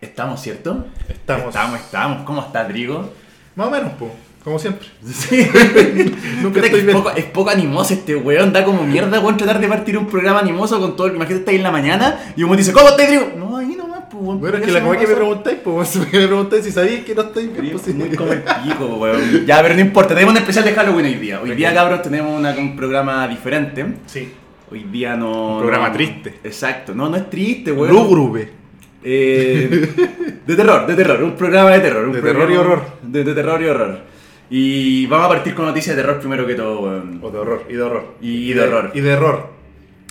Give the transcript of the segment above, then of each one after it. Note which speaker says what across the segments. Speaker 1: Estamos, ¿cierto?
Speaker 2: Estamos.
Speaker 1: Estamos, estamos. ¿Cómo está, Trigo?
Speaker 2: Más o menos, po, como siempre.
Speaker 1: Sí. Puta
Speaker 2: Nunca
Speaker 1: que
Speaker 2: estoy
Speaker 1: es,
Speaker 2: bien.
Speaker 1: poco, es poco animoso este weón, da como mierda, weón, tratar de partir un programa animoso con todo el... Imagínate, está ahí en la mañana y un weón dice, ¿cómo estás, Trigo? No, ahí nomás, pues, weón.
Speaker 2: Bueno, es que
Speaker 1: Eso
Speaker 2: la
Speaker 1: no
Speaker 2: cosa que me
Speaker 1: pasa.
Speaker 2: preguntáis, pues si me preguntáis si sabéis que no estoy bien, pues, sí.
Speaker 1: Muy como el pico, weón. Ya, pero no importa, tenemos un especial de Halloween hoy día. Hoy día, cabros, tenemos una- un programa diferente.
Speaker 2: Sí.
Speaker 1: Hoy día no.
Speaker 2: Un programa
Speaker 1: no-
Speaker 2: triste.
Speaker 1: Exacto, no, no es triste, weón.
Speaker 2: Lúgrube.
Speaker 1: Eh, de terror, de terror, un programa de terror. Un
Speaker 2: De
Speaker 1: programa-
Speaker 2: terror y horror.
Speaker 1: De, de terror y horror. Y vamos a partir con noticias de terror primero que todo, weón.
Speaker 2: O de horror, y de horror.
Speaker 1: Y de horror.
Speaker 2: Y de error.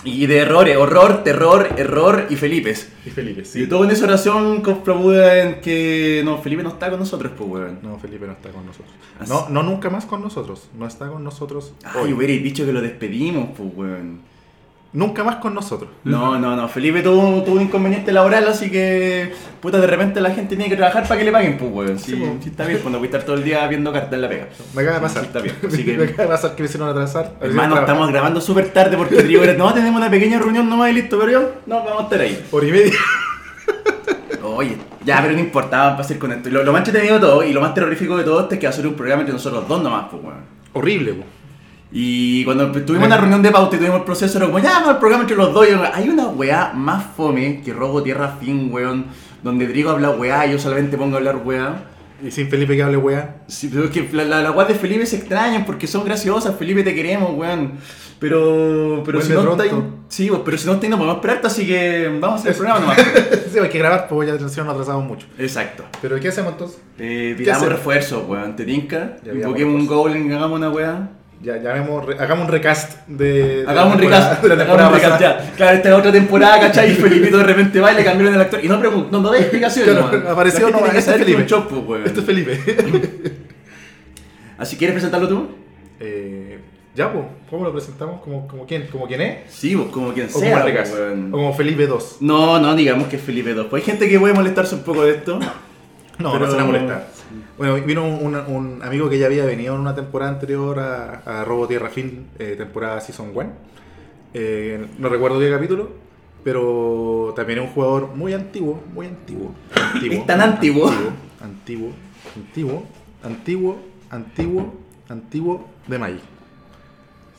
Speaker 1: Y de errores, horror, terror, error y Felipes.
Speaker 2: Y Felipe,
Speaker 1: Y todo en esa oración confluye en que. No, Felipe no está con nosotros, pues, weón.
Speaker 2: No, Felipe no está con nosotros.
Speaker 1: Así-
Speaker 2: No, no nunca más con nosotros. No está con nosotros
Speaker 1: Ay,
Speaker 2: hoy.
Speaker 1: hubierais dicho que lo despedimos, pues, weón.
Speaker 2: Nunca más con nosotros.
Speaker 1: No, no, no. Felipe tuvo, tuvo un inconveniente laboral, así que. Puta, de repente la gente tiene que trabajar para que le paguen, pues, weón. Sí,
Speaker 2: Sí, po.
Speaker 1: sí está bien, cuando voy a estar todo el día viendo cartas en la pega.
Speaker 2: Me acaba de
Speaker 1: Ah, Sí,
Speaker 2: pasar.
Speaker 1: está bien, así que-
Speaker 2: Me acaba de pasar que me hicieron atrasar.
Speaker 1: Hermano, estamos grabando súper tarde porque digo, no, tenemos una pequeña reunión nomás y listo, pero yo, no, vamos a estar ahí.
Speaker 2: Por y media.
Speaker 1: Oye, ya, pero no importaba, va a ser con esto. Lo, lo más entretenido de todo y lo más terrorífico de todo esto es que va a ser un programa entre nosotros dos nomás, pues, weón.
Speaker 2: Horrible, po.
Speaker 1: Y cuando
Speaker 2: Eh.
Speaker 1: tuvimos una reunión de pauta y tuvimos el proceso, era como, ya, vamos al programa entre los dos. Y yo, hay una weá más fome que Robo Tierra Fin, weón, donde Drigo habla weá y yo solamente pongo a hablar weá.
Speaker 2: Y sin Felipe que hable weá.
Speaker 1: Sí, pero es que la- la- las weas de Felipe se extrañan porque son graciosas, Felipe te queremos, weón. Pero, pero
Speaker 2: Vuelve
Speaker 1: si no
Speaker 2: pronto.
Speaker 1: estáis. Sí, pues, pero si no estáis no podemos esperarte, así que vamos a hacer el programa nomás.
Speaker 2: Sí, hay que grabar, pues ya nos atrasamos mucho.
Speaker 1: Exacto.
Speaker 2: Pero ¿qué hacemos entonces?
Speaker 1: Eh, pidamos
Speaker 2: hacer?
Speaker 1: refuerzos, weón. Te tinca.
Speaker 2: Ya
Speaker 1: Un
Speaker 2: pidamos
Speaker 1: Pokémon
Speaker 2: refuerzos.
Speaker 1: Golem, hagamos una wea.
Speaker 2: Ya, ya vemos, re- hagamos un recast de. de
Speaker 1: Hagamos un
Speaker 2: la temporada-
Speaker 1: recast.
Speaker 2: de la
Speaker 1: Hagamos
Speaker 2: temporada
Speaker 1: un recast
Speaker 2: pasada.
Speaker 1: ya. Claro, esta es otra temporada, ¿cachai? Y Felipito de repente va y le cambiaron el actor. Y no pregunto, no, no da explicaciones,
Speaker 2: Claro,
Speaker 1: weón.
Speaker 2: apareció
Speaker 1: La gente
Speaker 2: nomás,
Speaker 1: tiene que
Speaker 2: este es
Speaker 1: saber que es un
Speaker 2: Felipe.
Speaker 1: chopo, weón.
Speaker 2: Este es Felipe.
Speaker 1: Así quieres presentarlo tú.
Speaker 2: Eh, ya, pues, ¿cómo lo presentamos? ¿Como, como quién? ¿Como quién es?
Speaker 1: Sí, pues como quien
Speaker 2: ¿O como
Speaker 1: sea.
Speaker 2: el recast?
Speaker 1: weón.
Speaker 2: ¿O como Felipe 2?
Speaker 1: No, no, digamos que es Felipe II. Pues hay gente que puede molestarse un poco de esto.
Speaker 2: No,
Speaker 1: Pero-
Speaker 2: no se la molesta. Bueno, vino un, un amigo que ya había venido en una temporada anterior a, a Robo Tierra Film, eh, temporada Season 1. Eh, no recuerdo qué capítulo, pero también es un jugador muy antiguo, muy antiguo. antiguo
Speaker 1: Es tan antiguo.
Speaker 2: Antiguo, antiguo, antiguo, antiguo, antiguo de Magic.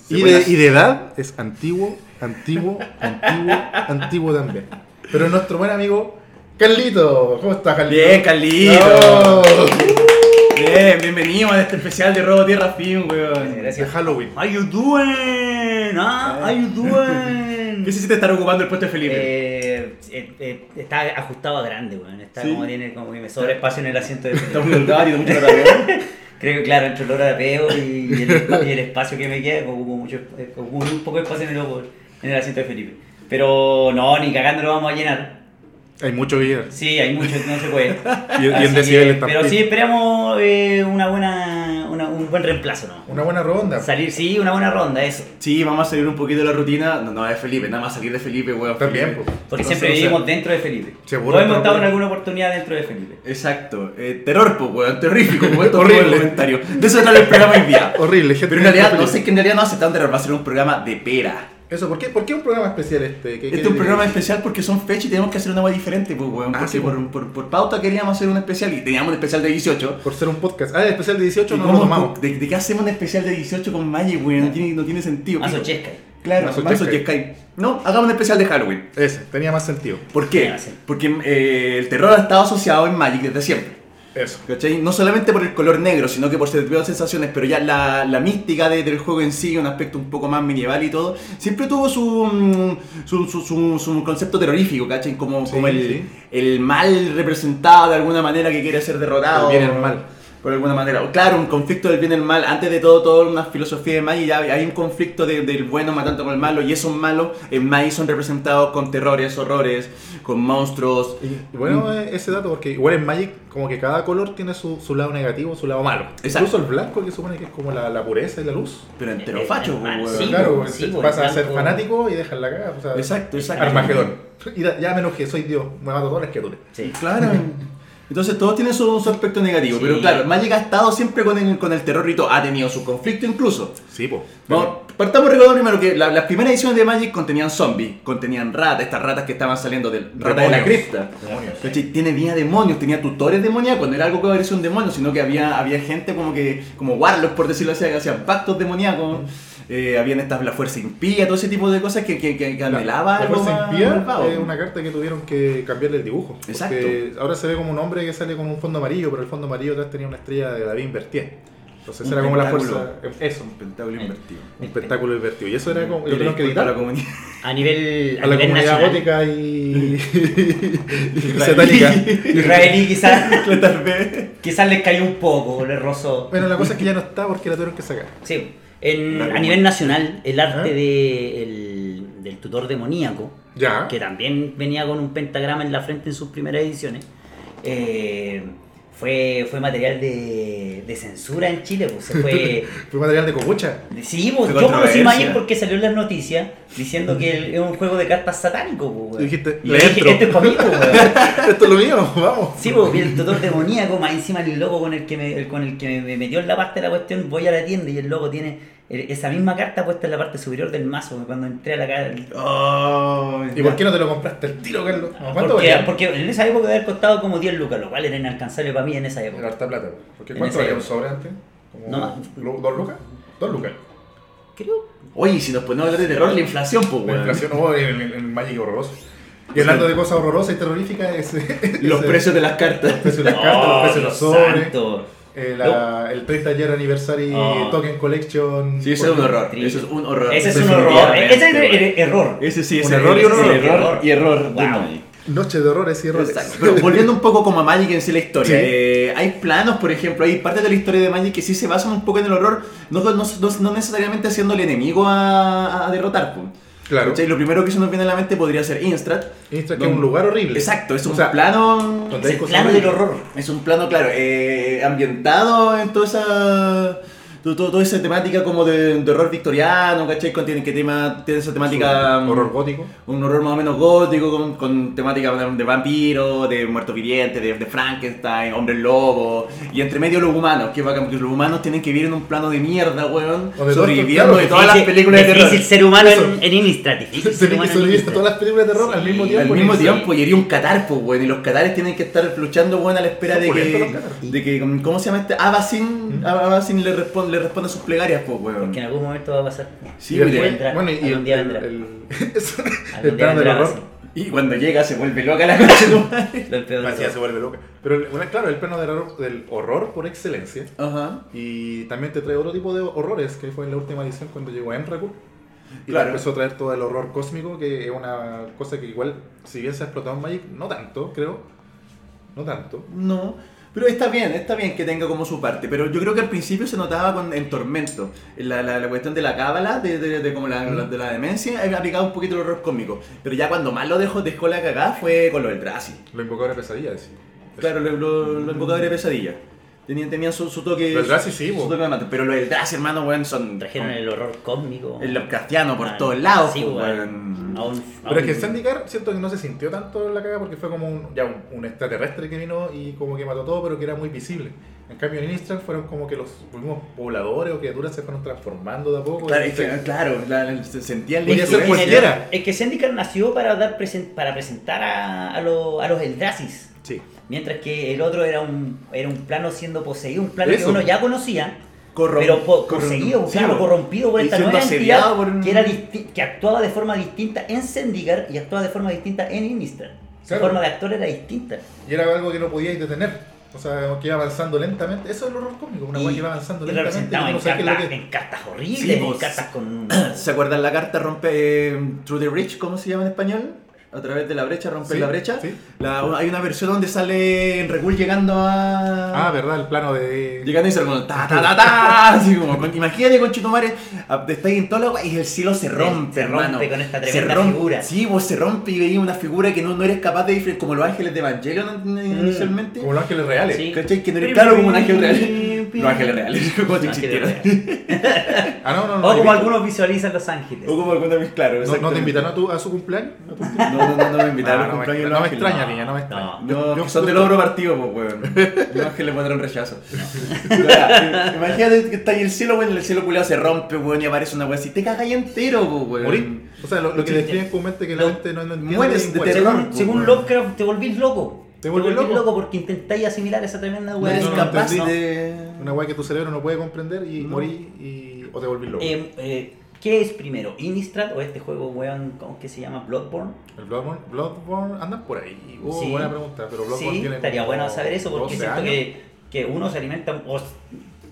Speaker 1: Sí,
Speaker 2: Y de,
Speaker 1: buenas.
Speaker 2: y de edad es antiguo, antiguo, antiguo, antiguo también. Pero nuestro buen amigo Carlito, ¿cómo estás Carlito?
Speaker 1: Bien, Carlito.
Speaker 2: ¡Bravo!
Speaker 1: Bien, bienvenido a este especial de Robo Tierra Fin, weón.
Speaker 2: De Halloween.
Speaker 3: How you doing? Ah, how you doing?
Speaker 1: ¿Qué se siente estar ocupando el puesto de Felipe?
Speaker 3: Eh, eh, eh, está ajustado a grande, weón. Está
Speaker 1: Sí.
Speaker 3: como tiene como que me sobra espacio en el asiento de
Speaker 1: Está muy delgado, mucho ratón.
Speaker 3: Creo que claro, entre el olor a peo y el, espa- y el espacio que me queda, ocupo mucho eh, ocupo un poco de espacio en el ojo- en el asiento de Felipe. Pero no, ni cagando lo vamos a llenar.
Speaker 2: Hay mucho guía.
Speaker 3: Sí, hay mucho, no se puede.
Speaker 2: Y, y
Speaker 3: Así
Speaker 2: en
Speaker 3: que-
Speaker 2: decibeles también.
Speaker 3: pero sí esperamos eh, una buena, una- un buen reemplazo, ¿no?
Speaker 2: Una buena ronda.
Speaker 3: Salir, sí, una buena ronda, eso.
Speaker 1: Sí, vamos a salir un poquito de la rutina. No, no, es Felipe, nada más salir de Felipe, weón.
Speaker 2: También,
Speaker 1: Felipe.
Speaker 2: pues.
Speaker 3: Porque
Speaker 2: Entonces,
Speaker 3: siempre
Speaker 2: o sea,
Speaker 3: vivimos dentro de Felipe.
Speaker 2: Seguro,
Speaker 3: O hemos
Speaker 2: pero
Speaker 3: estado en
Speaker 2: bueno.
Speaker 3: alguna oportunidad dentro de Felipe.
Speaker 1: Exacto. Eh, terror, pues, weón. Terrífico, weón. Todo
Speaker 2: Horrible.
Speaker 1: el comentario. De eso trata el programa hoy día.
Speaker 2: Horrible, gente.
Speaker 1: Pero en realidad,
Speaker 2: Felipe.
Speaker 1: no sé que en realidad no hace tan terror. Va a ser un programa de pera.
Speaker 2: Eso, ¿por qué, ¿por qué un programa especial este? ¿Qué-
Speaker 1: Este es
Speaker 2: qué-
Speaker 1: un programa especial porque son fechas y tenemos que hacer una web diferente, pues, weón.
Speaker 2: Ah,
Speaker 1: porque
Speaker 2: sí,
Speaker 1: por,
Speaker 2: pues.
Speaker 1: por- por pauta queríamos hacer un especial y teníamos un especial de 18.
Speaker 2: Por ser un podcast. Ah, el especial de 18
Speaker 1: ¿Y
Speaker 2: no
Speaker 1: cómo-
Speaker 2: lo tomamos.
Speaker 1: ¿De, de qué hacemos un especial de 18 con Magic, weón? No tiene, no tiene sentido.
Speaker 3: Mazo
Speaker 1: pico.
Speaker 3: Chesca.
Speaker 1: Claro,
Speaker 2: Mazo
Speaker 1: Mazo
Speaker 2: Chesca.
Speaker 1: Chesca. No, hagamos un especial de Halloween.
Speaker 2: Ese, tenía más sentido.
Speaker 1: ¿Por qué?
Speaker 3: Ya, sí.
Speaker 1: Porque eh, el terror ha estado asociado en Magic desde siempre.
Speaker 2: Eso.
Speaker 1: ¿Cachai? No solamente por el color negro, sino que por determinadas sensaciones, pero ya la, la mística de- del juego en sí, un aspecto un poco más medieval y todo, siempre tuvo su, mm, su, su- su- su concepto terrorífico, ¿cachai? Como,
Speaker 2: Sí,
Speaker 1: como el,
Speaker 2: sí.
Speaker 1: el mal representado de alguna manera que quiere ser derrotado.
Speaker 2: El bien y el mal.
Speaker 1: Por alguna manera. O Claro, un conflicto del bien y el mal. Antes de todo, toda una filosofía de Magic, ya hay un conflicto de- del bueno matando con el malo, y esos malos en Magic son representados con terrores, horrores, con monstruos.
Speaker 2: Y
Speaker 1: Mm.
Speaker 2: bueno, eh, ese dato, porque igual en Magic, como que cada color tiene su, su lado negativo, su lado malo.
Speaker 1: Exacto.
Speaker 2: Incluso el blanco, que supone que es como la, la pureza y la luz.
Speaker 1: Pero entero
Speaker 3: Eh, eh,
Speaker 1: facho,
Speaker 3: mal,
Speaker 1: weón.
Speaker 3: Sí,
Speaker 2: claro,
Speaker 3: pues,
Speaker 2: se-
Speaker 3: sí, pues,
Speaker 2: pasa
Speaker 3: el
Speaker 2: a ser
Speaker 3: blanco-
Speaker 2: fanático y dejan la caga. O sea,
Speaker 1: Exacto, exacto.
Speaker 2: Armagedón. Y da- ya menos que soy Dios, me mato a todas las criaturas.
Speaker 3: Sí.
Speaker 1: Claro. Entonces todos tienen su, su aspecto negativo,
Speaker 3: Sí.
Speaker 1: pero claro, Magic ha estado siempre con el, con el terror rito, ha tenido su conflicto incluso.
Speaker 2: Sí, po.
Speaker 1: Vamos, partamos recordando primero que la- las primeras ediciones de Magic contenían zombies, contenían ratas, estas ratas que estaban saliendo del ratas de la
Speaker 2: Demonios.
Speaker 1: cripta.
Speaker 2: Demonios.
Speaker 1: ¿Cachai? Tiene tenía demonios, tenía tutores demoníacos, no era algo que parecía un demonio, sino que había, había gente como que, como warlocks por decirlo así, que hacían pactos demoníacos, eh, habían estas, la fuerza impía, todo ese tipo de cosas que, que, que, que anhelaba
Speaker 2: La- la
Speaker 1: algo
Speaker 2: fuerza
Speaker 1: más
Speaker 2: impía
Speaker 1: malvado.
Speaker 2: es una carta que tuvieron que cambiarle el dibujo.
Speaker 1: Exacto.
Speaker 2: porque Ahora se ve como un hombre que sale con un fondo amarillo, pero el fondo amarillo atrás tenía una estrella de David invertida. Entonces
Speaker 1: Un
Speaker 2: era como la fuerza. eh,
Speaker 1: pentáculo.
Speaker 2: Eso,
Speaker 1: un pentáculo invertido.
Speaker 2: un espectáculo invertido. Y eso era como.
Speaker 1: Y
Speaker 2: Lo
Speaker 1: le
Speaker 2: tuvieron que
Speaker 1: disculpa a la
Speaker 2: editar.
Speaker 1: comunidad.
Speaker 3: Este, A nivel, a
Speaker 2: A la
Speaker 3: nivel
Speaker 2: comunidad
Speaker 3: nacional.
Speaker 2: gótica y. y
Speaker 1: Israelí.
Speaker 2: satánica.
Speaker 3: Israelí quizás,
Speaker 1: Claro, Tal vez.
Speaker 3: quizás les cayó un poco, les rozó.
Speaker 2: Bueno, la cosa es que ya no está porque la tuvieron que sacar.
Speaker 3: Sí, en-
Speaker 1: La
Speaker 3: a
Speaker 1: comunidad.
Speaker 3: nivel nacional, el arte
Speaker 2: ¿Ah?
Speaker 3: de, el- del tutor demoníaco,
Speaker 2: Ya.
Speaker 3: que también venía con un pentagrama en la frente en sus primeras ediciones, eh, fue, fue material de, de censura en Chile, pues se fue...
Speaker 2: Fue material de copucha.
Speaker 3: Sí, pues,
Speaker 1: Qué
Speaker 3: yo conocí
Speaker 1: controversia.
Speaker 3: Magic porque salió en las noticias diciendo que el- es un juego de cartas satánico, pues, weón.
Speaker 2: Dijiste,
Speaker 3: y
Speaker 2: le
Speaker 3: yo dije,
Speaker 2: entro.
Speaker 3: esto es para mí, pues, weón.
Speaker 2: Esto es lo mío, vamos.
Speaker 3: Sí, pues, y el tutor demoníaco, más encima el loco con el que me, el- con el que me metió en la parte de la cuestión, voy a la tienda y el loco tiene eh, esa misma carta puesta en la parte superior del mazo, que cuando entré a la cara...
Speaker 1: Ay,
Speaker 2: ¿Y por qué no te lo compraste el tiro, Carlos? ¿Cuánto
Speaker 3: Porque,
Speaker 2: valía?
Speaker 3: porque en esa época había costado como 10 lucas, lo cual era inalcanzable para mí en esa
Speaker 2: Era
Speaker 3: época.
Speaker 2: harta plata. Porque
Speaker 3: En
Speaker 2: ¿Cuánto
Speaker 3: esa
Speaker 2: valía un
Speaker 3: época.
Speaker 2: sobre antes? Como
Speaker 3: No más.
Speaker 2: lu- ¿Dos lucas? ¿Dos lucas?
Speaker 3: Creo.
Speaker 1: Oye, si nos ponemos a hablar de terror, la inflación, pues,
Speaker 2: La
Speaker 1: weón.
Speaker 2: inflación, oh, el, el, el Magic horroroso. Y hablando de cosas horrorosas y terroríficas, es,
Speaker 1: Los
Speaker 2: es-
Speaker 1: precios de las cartas.
Speaker 2: los precios de las cartas, los
Speaker 3: ¡Oh,
Speaker 2: precios de los
Speaker 3: Dios
Speaker 2: sobres,
Speaker 3: santo!
Speaker 2: eh, la- el 30 Year Anniversary
Speaker 3: Oh.
Speaker 2: Token Collection.
Speaker 1: Sí, ese es un horror.
Speaker 3: Triste.
Speaker 1: Ese es un horror.
Speaker 3: Ese es
Speaker 2: Ese es
Speaker 3: un horror. eh,
Speaker 1: definitivamente,
Speaker 3: Ese es el
Speaker 1: weón.
Speaker 3: el- error.
Speaker 1: Ese sí,
Speaker 2: Un
Speaker 1: ese
Speaker 2: error y
Speaker 1: ese
Speaker 2: un
Speaker 1: es
Speaker 2: horror.
Speaker 1: el error y error.
Speaker 3: Wow.
Speaker 1: Magic.
Speaker 2: Noche de horrores y errores.
Speaker 1: Exacto. Pero volviendo un poco como a Magic en sí la historia.
Speaker 2: Sí.
Speaker 1: eh, hay planos, por ejemplo, hay partes de la historia de Magic que sí se basan un poco en el horror, no, no, no- no necesariamente haciendo el enemigo a, a derrotar. pues.
Speaker 2: Claro.
Speaker 1: ¿Cachai? Lo primero que se nos viene a la mente podría ser Instrat.
Speaker 2: Esto que es un lugar horrible.
Speaker 1: Exacto, es
Speaker 2: O
Speaker 1: un
Speaker 2: sea,
Speaker 1: plano...
Speaker 2: donde
Speaker 3: Es
Speaker 2: hay
Speaker 3: el
Speaker 2: cosas
Speaker 3: plano del
Speaker 2: horribles.
Speaker 3: horror.
Speaker 1: Es un plano, claro, eh, ambientado en toda esa. to- to- Toda esa temática como de, de horror victoriano, ¿cachai? Con, tiene, que tema, tiene esa temática.
Speaker 2: Su-
Speaker 1: mm,
Speaker 2: Horror gótico.
Speaker 1: Un horror más o menos gótico, con, con temática de, de vampiro, de muerto viviente, de, de Frankenstein, hombre lobo. Y entre medio los humanos, que bacán, porque los humanos tienen que vivir en un plano de mierda, weón.
Speaker 2: O de
Speaker 1: sobreviviendo
Speaker 2: todo-
Speaker 1: de todas las
Speaker 3: Difícil-
Speaker 1: películas de terror.
Speaker 3: Difícil ser humano
Speaker 2: Eso.
Speaker 3: en, en Innistrad. Difícil
Speaker 2: Tenés
Speaker 3: ser
Speaker 2: que
Speaker 3: humano en
Speaker 2: sobrevivir a
Speaker 3: Innistrad.
Speaker 2: todas las películas de terror
Speaker 3: Sí.
Speaker 2: al mismo
Speaker 1: Al
Speaker 2: tiempo.
Speaker 1: mismo
Speaker 2: Sí.
Speaker 1: tiempo, y hería un catar, pues, weón. Y los catares tienen que estar luchando, weón, a la espera
Speaker 2: Son
Speaker 1: de
Speaker 2: pulentos
Speaker 1: que,
Speaker 2: los catares.
Speaker 1: de que. ¿Cómo se llama este? Abacin,
Speaker 2: ¿Mm?
Speaker 1: Abacin le, responde, le responde a sus plegarias, pues, weón.
Speaker 3: Porque en algún momento va a pasar.
Speaker 1: Sí,
Speaker 2: Y
Speaker 1: mire,
Speaker 2: después-
Speaker 3: vendrá,
Speaker 2: bueno, y
Speaker 3: algún
Speaker 2: el,
Speaker 3: día
Speaker 2: el-
Speaker 3: vendrá.
Speaker 2: el-
Speaker 3: Algún
Speaker 2: el
Speaker 3: día
Speaker 2: plano del
Speaker 3: vendrá,
Speaker 2: horror.
Speaker 1: Y cuando llega se vuelve loca la noche,
Speaker 3: sí. Lo peor de
Speaker 2: Macías se
Speaker 3: todo.
Speaker 2: vuelve loca. Pero el- bueno, claro, el plano del horror, del horror por excelencia.
Speaker 1: Ajá.
Speaker 2: Y también te trae otro tipo de horrores, que fue en la última edición cuando llegó Enraku. Y
Speaker 1: Claro.
Speaker 2: te empezó a traer todo el horror cósmico, que es una cosa que igual, si bien se ha explotado en Magic, no tanto, creo. No tanto.
Speaker 1: No. Pero está bien, está bien que tenga como su parte. Pero yo creo que al principio se notaba con, en Tormento. La, la, la cuestión de la cábala, de, de, de como la, la- de la demencia, eh, aplicaba un poquito el horror cómico. Pero ya cuando más lo dejó, dejó la cagada fue con lo del Drazi.
Speaker 2: Lo invocador de pesadilla, decía.
Speaker 1: Claro, lo, lo, lo invocadores de pesadilla. Tenían, tenían su, su toque.
Speaker 2: Lo del Drazi sí, Ah.
Speaker 1: su
Speaker 2: bo.
Speaker 1: toque de mate. Pero lo del Drazi, hermano, weón, son.
Speaker 3: Trajeron el horror cósmico.
Speaker 1: el Lovecraftiano por
Speaker 3: Ah,
Speaker 1: todos lados,
Speaker 3: sí,
Speaker 1: pues,
Speaker 3: weón.
Speaker 1: weón.
Speaker 3: A un- a
Speaker 2: Pero es que
Speaker 1: Ah,
Speaker 3: un-
Speaker 2: Sandicar siento que no se sintió tanto la caga porque fue como un, ya un, un extraterrestre que vino y como que mató todo, pero que era muy visible. En cambio, en Innistrad fueron como que los mismos pobladores o criaturas se fueron transformando de a poco.
Speaker 1: Claro, es
Speaker 2: Entonces,
Speaker 1: que, claro la- la- se sentía el
Speaker 2: Podía
Speaker 1: influencia.
Speaker 2: ser cualquiera.
Speaker 3: Es que Zendikar nació para dar presen- para presentar a, a los- a los Eldrasis.
Speaker 2: Sí.
Speaker 3: Mientras que el otro era un, era un plano siendo poseído, un plano que
Speaker 2: Eso.
Speaker 3: uno ya conocía,
Speaker 1: Corrom-
Speaker 3: pero po-
Speaker 1: corrom-
Speaker 3: poseído,
Speaker 1: sí,
Speaker 3: claro,
Speaker 1: bo.
Speaker 3: corrompido por
Speaker 1: Y
Speaker 3: esta
Speaker 1: siendo
Speaker 3: nueva entidad
Speaker 1: asediado por un-
Speaker 3: que, era disti- que actuaba de forma distinta en Zendikar y actuaba de forma distinta en Innistrad. Su
Speaker 2: Claro.
Speaker 3: forma de actor era distinta.
Speaker 2: Y era algo que no podíais detener. O sea, que iba avanzando lentamente. Eso es el horror cómico, una
Speaker 3: y,
Speaker 2: weá que va avanzando
Speaker 3: y
Speaker 2: lentamente.
Speaker 3: representaba
Speaker 2: y
Speaker 3: en,
Speaker 2: no sabes qué es lo
Speaker 3: cartas-
Speaker 2: que-
Speaker 3: en cartas horribles,
Speaker 1: Sí,
Speaker 3: en
Speaker 1: pues.
Speaker 3: cartas con...
Speaker 1: ¿Se acuerdan la carta rompe eh, Through the Breach? ¿Cómo se llama en español? A través de la brecha, romper
Speaker 2: Sí,
Speaker 1: la brecha.
Speaker 2: sí.
Speaker 1: La- una- hay una versión donde sale Enrecul llegando a.
Speaker 2: Ah, verdad, el plano de.
Speaker 1: Llegando y se como ta ta ta ta. Así como, con- imagínate con Chitumare, está ahí en todo la- y el cielo se rompe,
Speaker 3: Se rompe
Speaker 1: hermano.
Speaker 3: con esta
Speaker 1: Se
Speaker 3: tremenda
Speaker 1: rompe-
Speaker 3: figura.
Speaker 1: Sí, vos se rompe y veía una figura que no, no eres capaz de diferenciar, como los ángeles de Evangelion eh, inicialmente.
Speaker 2: Como los ángeles reales.
Speaker 3: Mm. Sí.
Speaker 1: ¿Cachai? Que no eres claro como un ángel real. Los ángeles reales, como si existieran.
Speaker 2: Ah, no, no, no.
Speaker 3: O como
Speaker 2: no,
Speaker 3: algunos visualizan Los Ángeles.
Speaker 1: O como alguna vez, claro.
Speaker 2: no,
Speaker 1: exactamente.
Speaker 2: te invitaron a, tu, a su cumpleaños? No, te-
Speaker 1: No, no, no, no me invitaron. a
Speaker 2: no,
Speaker 1: los
Speaker 2: me,
Speaker 1: cumpleaños de
Speaker 2: no
Speaker 1: Los
Speaker 2: me
Speaker 1: Ángeles.
Speaker 2: extraña, niña, no me
Speaker 3: Ah, No.
Speaker 2: extraña.
Speaker 1: No,
Speaker 2: Yo-
Speaker 1: que son del oro partido, pues, weón. Los ángeles mandaron rechazo. Ahora, imagínate que está ahí el cielo, weón, el cielo culiado se rompe, weón, y aparece una weón así. Te cagáis entero, pues, weón.
Speaker 2: Morir. O sea, lo, lo que
Speaker 1: Sí.
Speaker 2: describen comúnmente que la
Speaker 3: No.
Speaker 2: gente no, no entiende.
Speaker 1: Mueres de
Speaker 2: bueno.
Speaker 1: terror.
Speaker 3: Según,
Speaker 1: pues,
Speaker 3: según
Speaker 1: weón.
Speaker 3: Lovecraft te volvís loco.
Speaker 2: Te volvís loco.
Speaker 3: porque intentáis asimilar esa tremenda
Speaker 1: No
Speaker 3: weá.
Speaker 1: eres
Speaker 2: no, no
Speaker 1: capaz
Speaker 2: entendí.
Speaker 1: de.
Speaker 2: Una weá que tu cerebro no puede comprender y
Speaker 1: No.
Speaker 2: morí y... o te volví loco.
Speaker 3: Eh, eh, ¿Qué es primero? ¿Innistrad o este juego, weón, ¿cómo que se llama? ¿Bloodborne?
Speaker 2: El Bloodborne, Bloodborne andan por ahí. Oh,
Speaker 3: Sí.
Speaker 2: buena pregunta, pero Bloodborne
Speaker 3: sí,
Speaker 2: tiene
Speaker 3: estaría
Speaker 2: como
Speaker 3: bueno saber eso porque
Speaker 2: 12
Speaker 3: siento
Speaker 2: años.
Speaker 3: que, que uno se alimenta... o s-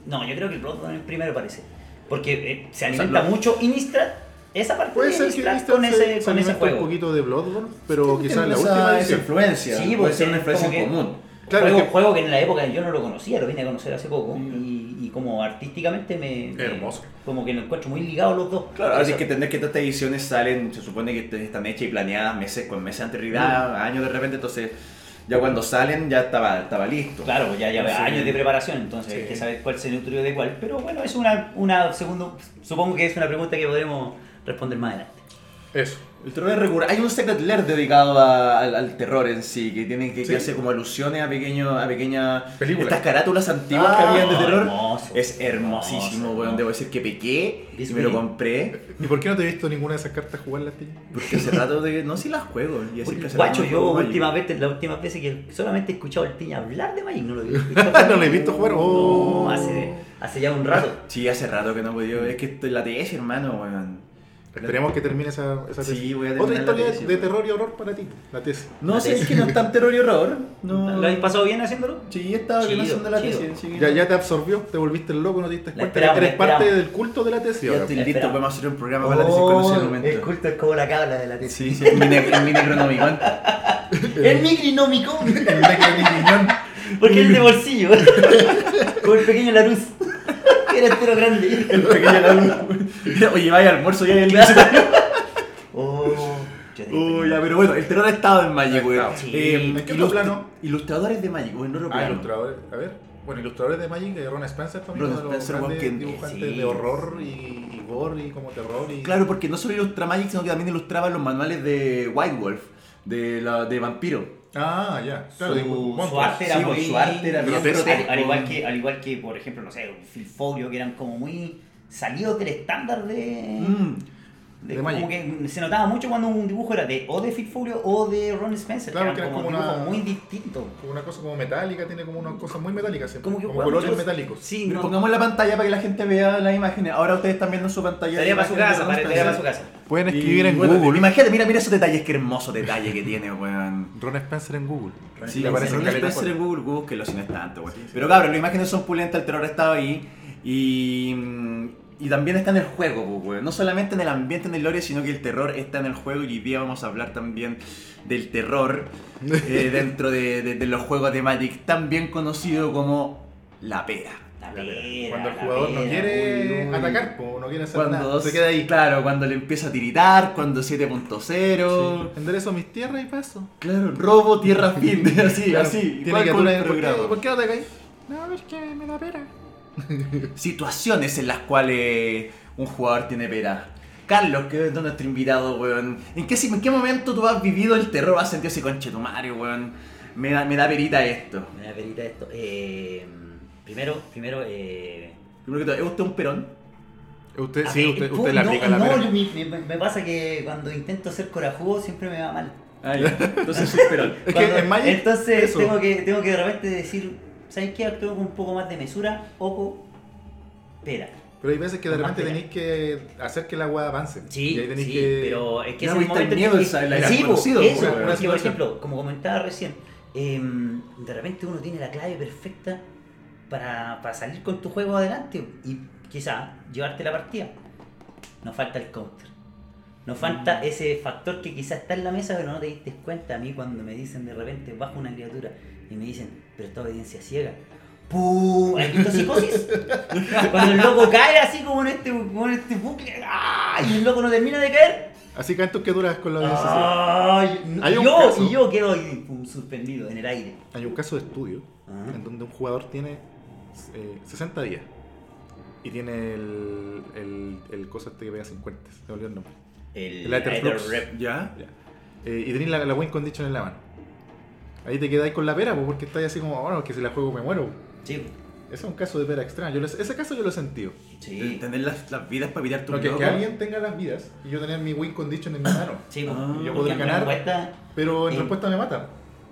Speaker 3: no, yo creo que el Bloodborne es el primero parece. Porque eh, se
Speaker 1: sea,
Speaker 3: alimenta
Speaker 1: lo-
Speaker 3: mucho Innistrad, esa parte
Speaker 2: Puede
Speaker 3: de
Speaker 2: ser que
Speaker 3: Innistrad
Speaker 2: Innistrad
Speaker 3: con
Speaker 2: se-
Speaker 3: ese,
Speaker 2: se
Speaker 3: con ese
Speaker 2: alimenta
Speaker 3: juego.
Speaker 2: un poquito de Bloodborne, pero quizás la
Speaker 1: Esa-
Speaker 2: última
Speaker 1: esa
Speaker 2: edición.
Speaker 1: influencia.
Speaker 3: Sí,
Speaker 1: puede
Speaker 3: porque
Speaker 1: ser una influencia
Speaker 3: como
Speaker 1: en
Speaker 3: que-
Speaker 1: común.
Speaker 2: Claro,
Speaker 3: juego,
Speaker 2: es que-
Speaker 3: juego que en la época yo no lo conocía, lo vine a conocer hace poco
Speaker 1: Mm.
Speaker 3: y, y como artísticamente me, me-
Speaker 2: Hermoso.
Speaker 3: como que lo encuentro muy ligado los dos.
Speaker 1: Claro, ahora
Speaker 3: Eso.
Speaker 1: hay que entender que todas estas ediciones salen, se supone que te- están hechas y planeadas meses con meses de anterioridad,
Speaker 3: Mm.
Speaker 1: años de repente, entonces ya cuando salen ya estaba, estaba listo.
Speaker 3: Claro, pues ya lleva
Speaker 1: Sí.
Speaker 3: años de preparación, entonces
Speaker 2: Sí.
Speaker 3: hay que saber cuál se nutrió de cuál. Pero bueno, es una, una segundo, supongo que es una pregunta que podremos responder más adelante.
Speaker 2: Eso.
Speaker 1: El terror es recurrente. Hay un secret lair dedicado a- al, al terror en sí, que tiene que, que
Speaker 2: Sí.
Speaker 1: hace como alusiones a pequeños, a pequeñas
Speaker 2: Películas.
Speaker 1: Estas carátulas antiguas que
Speaker 2: Ah,
Speaker 1: habían de terror.
Speaker 3: Oh, hermoso.
Speaker 1: es hermosísimo,
Speaker 3: Hermoso,
Speaker 1: weón.
Speaker 3: hermoso.
Speaker 1: Debo decir que pequé y
Speaker 3: ¿Viste?
Speaker 1: me lo compré.
Speaker 2: ¿Y por qué no te he visto ninguna de esas cartas jugarlas, tío?
Speaker 1: Porque hace rato de. No si las juego. Y así que hace rato
Speaker 3: Guacho,
Speaker 1: no
Speaker 3: yo
Speaker 1: juego Magic.
Speaker 3: últimas veces, las últimas veces que solamente he escuchado al Tiña hablar de Magic, no lo he visto.
Speaker 2: No lo he visto jugar, oh.
Speaker 3: No, hace, hace ya un rato.
Speaker 1: Sí, hace rato que no he podido. Es que estoy la TS, hermano, weón.
Speaker 2: Esperemos que termine esa, esa
Speaker 1: Sí,
Speaker 2: tesis.
Speaker 1: voy a
Speaker 2: Otra
Speaker 1: terminar la
Speaker 2: historia
Speaker 1: tesis,
Speaker 2: de
Speaker 1: weón.
Speaker 2: terror y horror para ti, la tesis.
Speaker 1: No
Speaker 3: La
Speaker 1: sé, es
Speaker 3: tesis.
Speaker 1: que no es tan terror y horror. No.
Speaker 3: ¿Lo habéis pasado bien haciéndolo?
Speaker 1: Sí, estaba bien
Speaker 3: Chido,
Speaker 1: haciendo la
Speaker 3: chido.
Speaker 1: tesis. sí.
Speaker 2: Ya, ya te absorbió, te volviste el loco, no te diste
Speaker 3: La
Speaker 2: cuenta.
Speaker 3: esperamos,
Speaker 2: Eres
Speaker 3: la
Speaker 2: parte
Speaker 3: esperamos.
Speaker 2: del culto de la tesis.
Speaker 1: Ya
Speaker 2: ahora.
Speaker 1: estoy listo,
Speaker 3: Espera.
Speaker 1: podemos hacer un programa
Speaker 2: Oh,
Speaker 1: para la tesis con ese momento.
Speaker 3: el culto es como la cabla de la tesis.
Speaker 1: Sí, sí, en mi, ne- en mi Necronomicon.
Speaker 3: El Micronomicon,
Speaker 2: El Necronomicon.
Speaker 3: porque es de bolsillo. Como el pequeño Larus. Era entero grande.
Speaker 1: El pequeño Larus. Oye, vaya almuerzo ya y el día
Speaker 3: Oh, yo tenía
Speaker 1: Uy,
Speaker 3: pequeño
Speaker 1: ya, pero bueno, el terror ha estado en Magic, güey.
Speaker 2: estado.
Speaker 3: Sí.
Speaker 1: Eh,
Speaker 2: ¿En qué
Speaker 1: ilust-
Speaker 2: otro plano?
Speaker 1: Ilustradores de Magic, güey, no lo
Speaker 2: Ah,
Speaker 1: plano.
Speaker 2: ilustradores. A ver. Bueno, ilustradores de Magic, eh, Ron Spencer también.
Speaker 1: Ron
Speaker 2: uno de los
Speaker 1: Spencer,
Speaker 2: grandes
Speaker 1: Watkins.
Speaker 2: dibujantes
Speaker 3: Sí.
Speaker 2: de horror y, y gore y como terror. Y...
Speaker 1: Claro, porque no solo ilustra Magic, sino que también ilustraba los manuales de White Wolf, de, la, de Vampiro.
Speaker 2: Ah, ya. Claro,
Speaker 3: su,
Speaker 2: digo,
Speaker 3: su
Speaker 2: monstruos.
Speaker 3: arte era
Speaker 1: Sí,
Speaker 3: muy
Speaker 1: su arte era
Speaker 2: bien
Speaker 3: grotesco.
Speaker 1: grotesco.
Speaker 3: al, al igual que al igual que por ejemplo no sé un Phil Folio que eran como muy salidos del estándar de,
Speaker 1: Mm.
Speaker 3: de-
Speaker 2: De Magic.
Speaker 3: como que se notaba mucho cuando un dibujo era de o de Phil Folio o de Ron Spencer
Speaker 2: Claro,
Speaker 3: que eran como,
Speaker 2: una-
Speaker 3: dibujos muy distintos
Speaker 2: Como Una cosa como metálica, tiene como unas cosas muy metálicas siempre.
Speaker 3: como que
Speaker 2: como
Speaker 3: bueno,
Speaker 2: colores
Speaker 3: yo-
Speaker 2: metálicos.
Speaker 3: sí
Speaker 1: Mira,
Speaker 3: no,
Speaker 1: Pongamos la pantalla para que la gente vea las imágenes. Ahora ustedes están viendo en su pantalla.
Speaker 3: tarea para su
Speaker 1: Las
Speaker 3: casa para- tarea para
Speaker 1: imágenes
Speaker 3: su
Speaker 1: de Ron
Speaker 3: casa
Speaker 2: Pueden
Speaker 1: Spencer. Y, bueno, Imagínate, mira, mira esos detalles, qué hermoso detalle que tiene, weón.
Speaker 2: Ron Spencer en Google.
Speaker 1: Sí,
Speaker 2: Le aparece
Speaker 1: aparece
Speaker 2: en caleta de
Speaker 1: en
Speaker 2: fotos.
Speaker 1: Google, Google que lo sin es tanto, güey.
Speaker 2: Sí, sí.
Speaker 1: Pero cabrón, las imágenes son pulentas, el terror ha estado ahí y, mm, y también está en el juego, pues, güey. No solamente en el ambiente, en el lore, sino que el terror está en el juego y hoy día vamos a hablar también del terror eh, dentro de, de- de los juegos de Magic, tan bien conocido como la pera.
Speaker 3: La
Speaker 2: La pera.
Speaker 3: pera,
Speaker 2: Cuando el
Speaker 3: la
Speaker 2: jugador no
Speaker 3: pera,
Speaker 2: quiere
Speaker 3: uy, uy.
Speaker 2: atacar, po, no quiere hacer
Speaker 1: Cuando
Speaker 2: nada, se queda ahí.
Speaker 1: Claro, cuando le empieza a tiritar, cuando 7.0.
Speaker 2: Sí. Enderezo mis tierras y paso.
Speaker 1: Claro, robo, tierra, fin. Así,
Speaker 2: Claro,
Speaker 1: así.
Speaker 2: Tiene
Speaker 1: igual
Speaker 2: que
Speaker 1: con el
Speaker 2: aturar- ¿por qué-
Speaker 1: programa.
Speaker 2: ¿Por qué no te caí? No, porque me da pera.
Speaker 1: situaciones en las cuales un jugador tiene pera. Carlos, que es nuestro invitado, weón. ¿En qué, en qué momento tú has vivido el terror? ¿Has sentido ese conchetumario, weón? Me da, me da perita esto.
Speaker 3: me da perita esto eh, primero primero eh,
Speaker 1: Primero que todo, ¿es usted un perón?
Speaker 2: Usted,
Speaker 3: A
Speaker 2: sí,
Speaker 3: ver,
Speaker 2: usted,
Speaker 3: tú,
Speaker 2: usted le
Speaker 3: no,
Speaker 2: aplica la
Speaker 3: no,
Speaker 2: pera.
Speaker 3: yo- mi- mi- me, pasa que cuando intento ser corajudo siempre me va mal.
Speaker 1: Ah, ya. Entonces soy perón.
Speaker 2: Es que
Speaker 3: Cuando-
Speaker 2: en Magic,
Speaker 3: entonces
Speaker 2: eso.
Speaker 3: tengo que, tengo que de repente decir, ¿sabes qué? Actúo con un poco más de mesura, ojo, pera.
Speaker 2: Pero hay veces que de
Speaker 3: Con
Speaker 2: repente
Speaker 3: más
Speaker 2: tenéis que hacer que la agua avance.
Speaker 3: Sí,
Speaker 2: y ahí tenéis
Speaker 3: sí,
Speaker 2: que...
Speaker 3: pero es que
Speaker 1: Ya
Speaker 3: es el
Speaker 1: viste el
Speaker 3: momento
Speaker 1: miedo,
Speaker 3: en que...
Speaker 1: el sa- el
Speaker 3: sí, po,
Speaker 1: desconocido,
Speaker 3: eso,
Speaker 2: po,
Speaker 3: porque,
Speaker 2: una
Speaker 3: por
Speaker 2: situación.
Speaker 3: ejemplo, como comentaba recién, em, de repente uno tiene la clave perfecta para, para salir con tu juego adelante y quizá llevarte la partida. Nos falta el counter. Nos falta
Speaker 1: Mm.
Speaker 3: ese factor que quizá está en la mesa pero no te diste cuenta. A mí cuando me dicen de repente bajo una criatura y me dicen, pero esta obediencia ciega. ¡Pum! ¿Has visto psicosis? Cuando el loco cae así como en este, como en este bucle ¡ah! y el loco no termina de caer.
Speaker 2: Así cantos que duras
Speaker 3: Ah.
Speaker 2: con la audiencia. Ah, sí.
Speaker 3: ¡Ay! no-
Speaker 2: Hay un
Speaker 3: yo,
Speaker 2: caso.
Speaker 3: y yo quedo ahí, pum, suspendido en el aire.
Speaker 2: Hay un caso de estudio
Speaker 3: Ah.
Speaker 2: en donde un jugador tiene eh, 60 días. Y tiene el, el, el cosa este que pega 50, se me olvidó el nombre.
Speaker 3: El,
Speaker 2: El Aether
Speaker 3: Aether
Speaker 2: Flux.
Speaker 3: Rep.
Speaker 1: ¿Ya?
Speaker 2: Ya. Eh, y tenéis la, la win condition en la mano. Ahí te quedáis con la pera, pues, porque estáis así como, bueno, que si la juego me muero.
Speaker 3: Sí,
Speaker 2: Ese es un caso de pera extraña. Yo lo- ese caso yo lo he sentido.
Speaker 3: sí.
Speaker 1: Tener las, las vidas para evitar tu
Speaker 2: No, que,
Speaker 1: loco.
Speaker 2: que alguien tenga las vidas y yo tener mi win condition en mi mano.
Speaker 3: sí pues,
Speaker 1: Ah,
Speaker 3: porque
Speaker 2: yo podría
Speaker 3: en
Speaker 2: ganar.
Speaker 3: respuesta-
Speaker 2: Pero en
Speaker 3: Sí.
Speaker 2: respuesta me mata.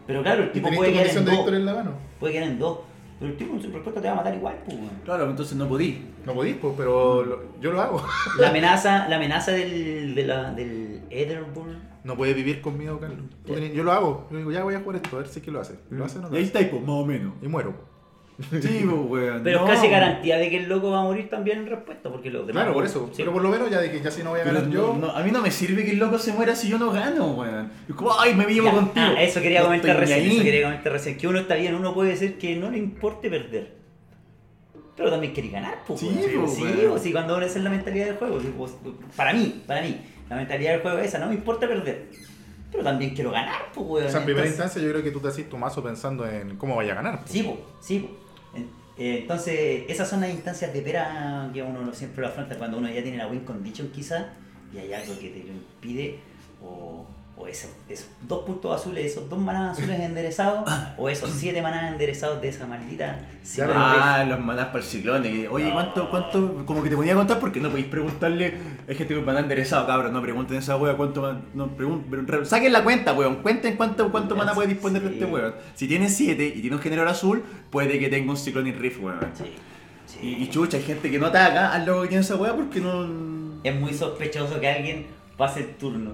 Speaker 3: pero claro, el
Speaker 2: Y
Speaker 3: tipo
Speaker 2: tenéis
Speaker 3: puede
Speaker 2: tu
Speaker 3: quedar
Speaker 2: condición
Speaker 3: en
Speaker 2: de
Speaker 3: dos.
Speaker 2: victoria en la mano.
Speaker 3: Puede quedar en dos. Pero el tipo en su respuesta te va a matar igual, pues, weón.
Speaker 1: Claro, entonces no podí.
Speaker 2: No podís, pues,
Speaker 3: Mm.
Speaker 2: pero lo- yo lo hago.
Speaker 3: La amenaza, la amenaza del, de la, del Etherbull.
Speaker 2: No puede vivir conmigo, Carlos. Tú tenés- Yo lo hago. Yo digo, ya voy a jugar esto, a ver si es que lo hace.
Speaker 3: Mm.
Speaker 2: ¿Lo hace o no
Speaker 1: Y
Speaker 2: lo
Speaker 1: ahí
Speaker 2: hace?
Speaker 1: está, pues, más o menos.
Speaker 2: Y muero.
Speaker 1: Sí, pues, weón.
Speaker 3: Pero
Speaker 1: no.
Speaker 3: es casi garantía de que el loco va a morir también en respuesta, porque los demás.
Speaker 2: Claro, por eso.
Speaker 3: Sí.
Speaker 2: Pero por lo menos ya de que ya si no voy a
Speaker 1: Pero
Speaker 2: ganar yo.
Speaker 1: no- no, a mí no me sirve que el loco se muera si yo no gano, weón. Es como, ay, me vivo
Speaker 3: Ya,
Speaker 1: contigo.
Speaker 3: ah, eso quería
Speaker 1: No
Speaker 3: comentar
Speaker 1: estoy ni
Speaker 3: recién,
Speaker 1: ahí.
Speaker 3: eso quería comentar recién. Que uno está bien, uno puede decir que no le importe perder. Pero también quiere ganar, pues.
Speaker 1: Sí,
Speaker 3: weón.
Speaker 1: pues,
Speaker 3: sí,
Speaker 1: weón.
Speaker 3: pues, sí, cuando uno esa es la mentalidad del juego. sí, pues, para mí, para mí, la mentalidad del juego es esa, no me importa perder. Pero también quiero ganar, pues, weón.
Speaker 2: O sea, en primera
Speaker 3: Entonces-
Speaker 2: instancia yo creo que tú te haces tu mazo pensando en cómo vaya a ganar. pues.
Speaker 3: Sí, po, sí, po. En- eh, Entonces, esas son las instancias de pera que uno lo- siempre lo afronta cuando uno ya tiene la win condition quizás y hay algo que te lo impide o, o esos, esos dos puntos azules, esos dos manadas azules enderezados o esos siete manadas enderezados de esa maldita...
Speaker 2: pero-
Speaker 3: cicatriz.
Speaker 1: Ah, los manás para el ciclón. y, Oye, ¿cuánto, cuánto? Como que te ponía a contar porque no podéis preguntarle. Es que tengo un maná enderezado, cabrón. No pregunten a esa wea cuánto maná. No pregunten. pero re- Saquen la cuenta, weón. Cuenten cuánto, cuánto maná puede disponer de
Speaker 3: Sí.
Speaker 1: este weón. Si tiene 7 y tiene un generador azul, puede que tenga un ciclón y riff, weón.
Speaker 3: Sí, sí.
Speaker 1: Y, y chucha, hay gente que no ataca al loco que tiene esa wea porque no.
Speaker 3: Es muy sospechoso que alguien pase el turno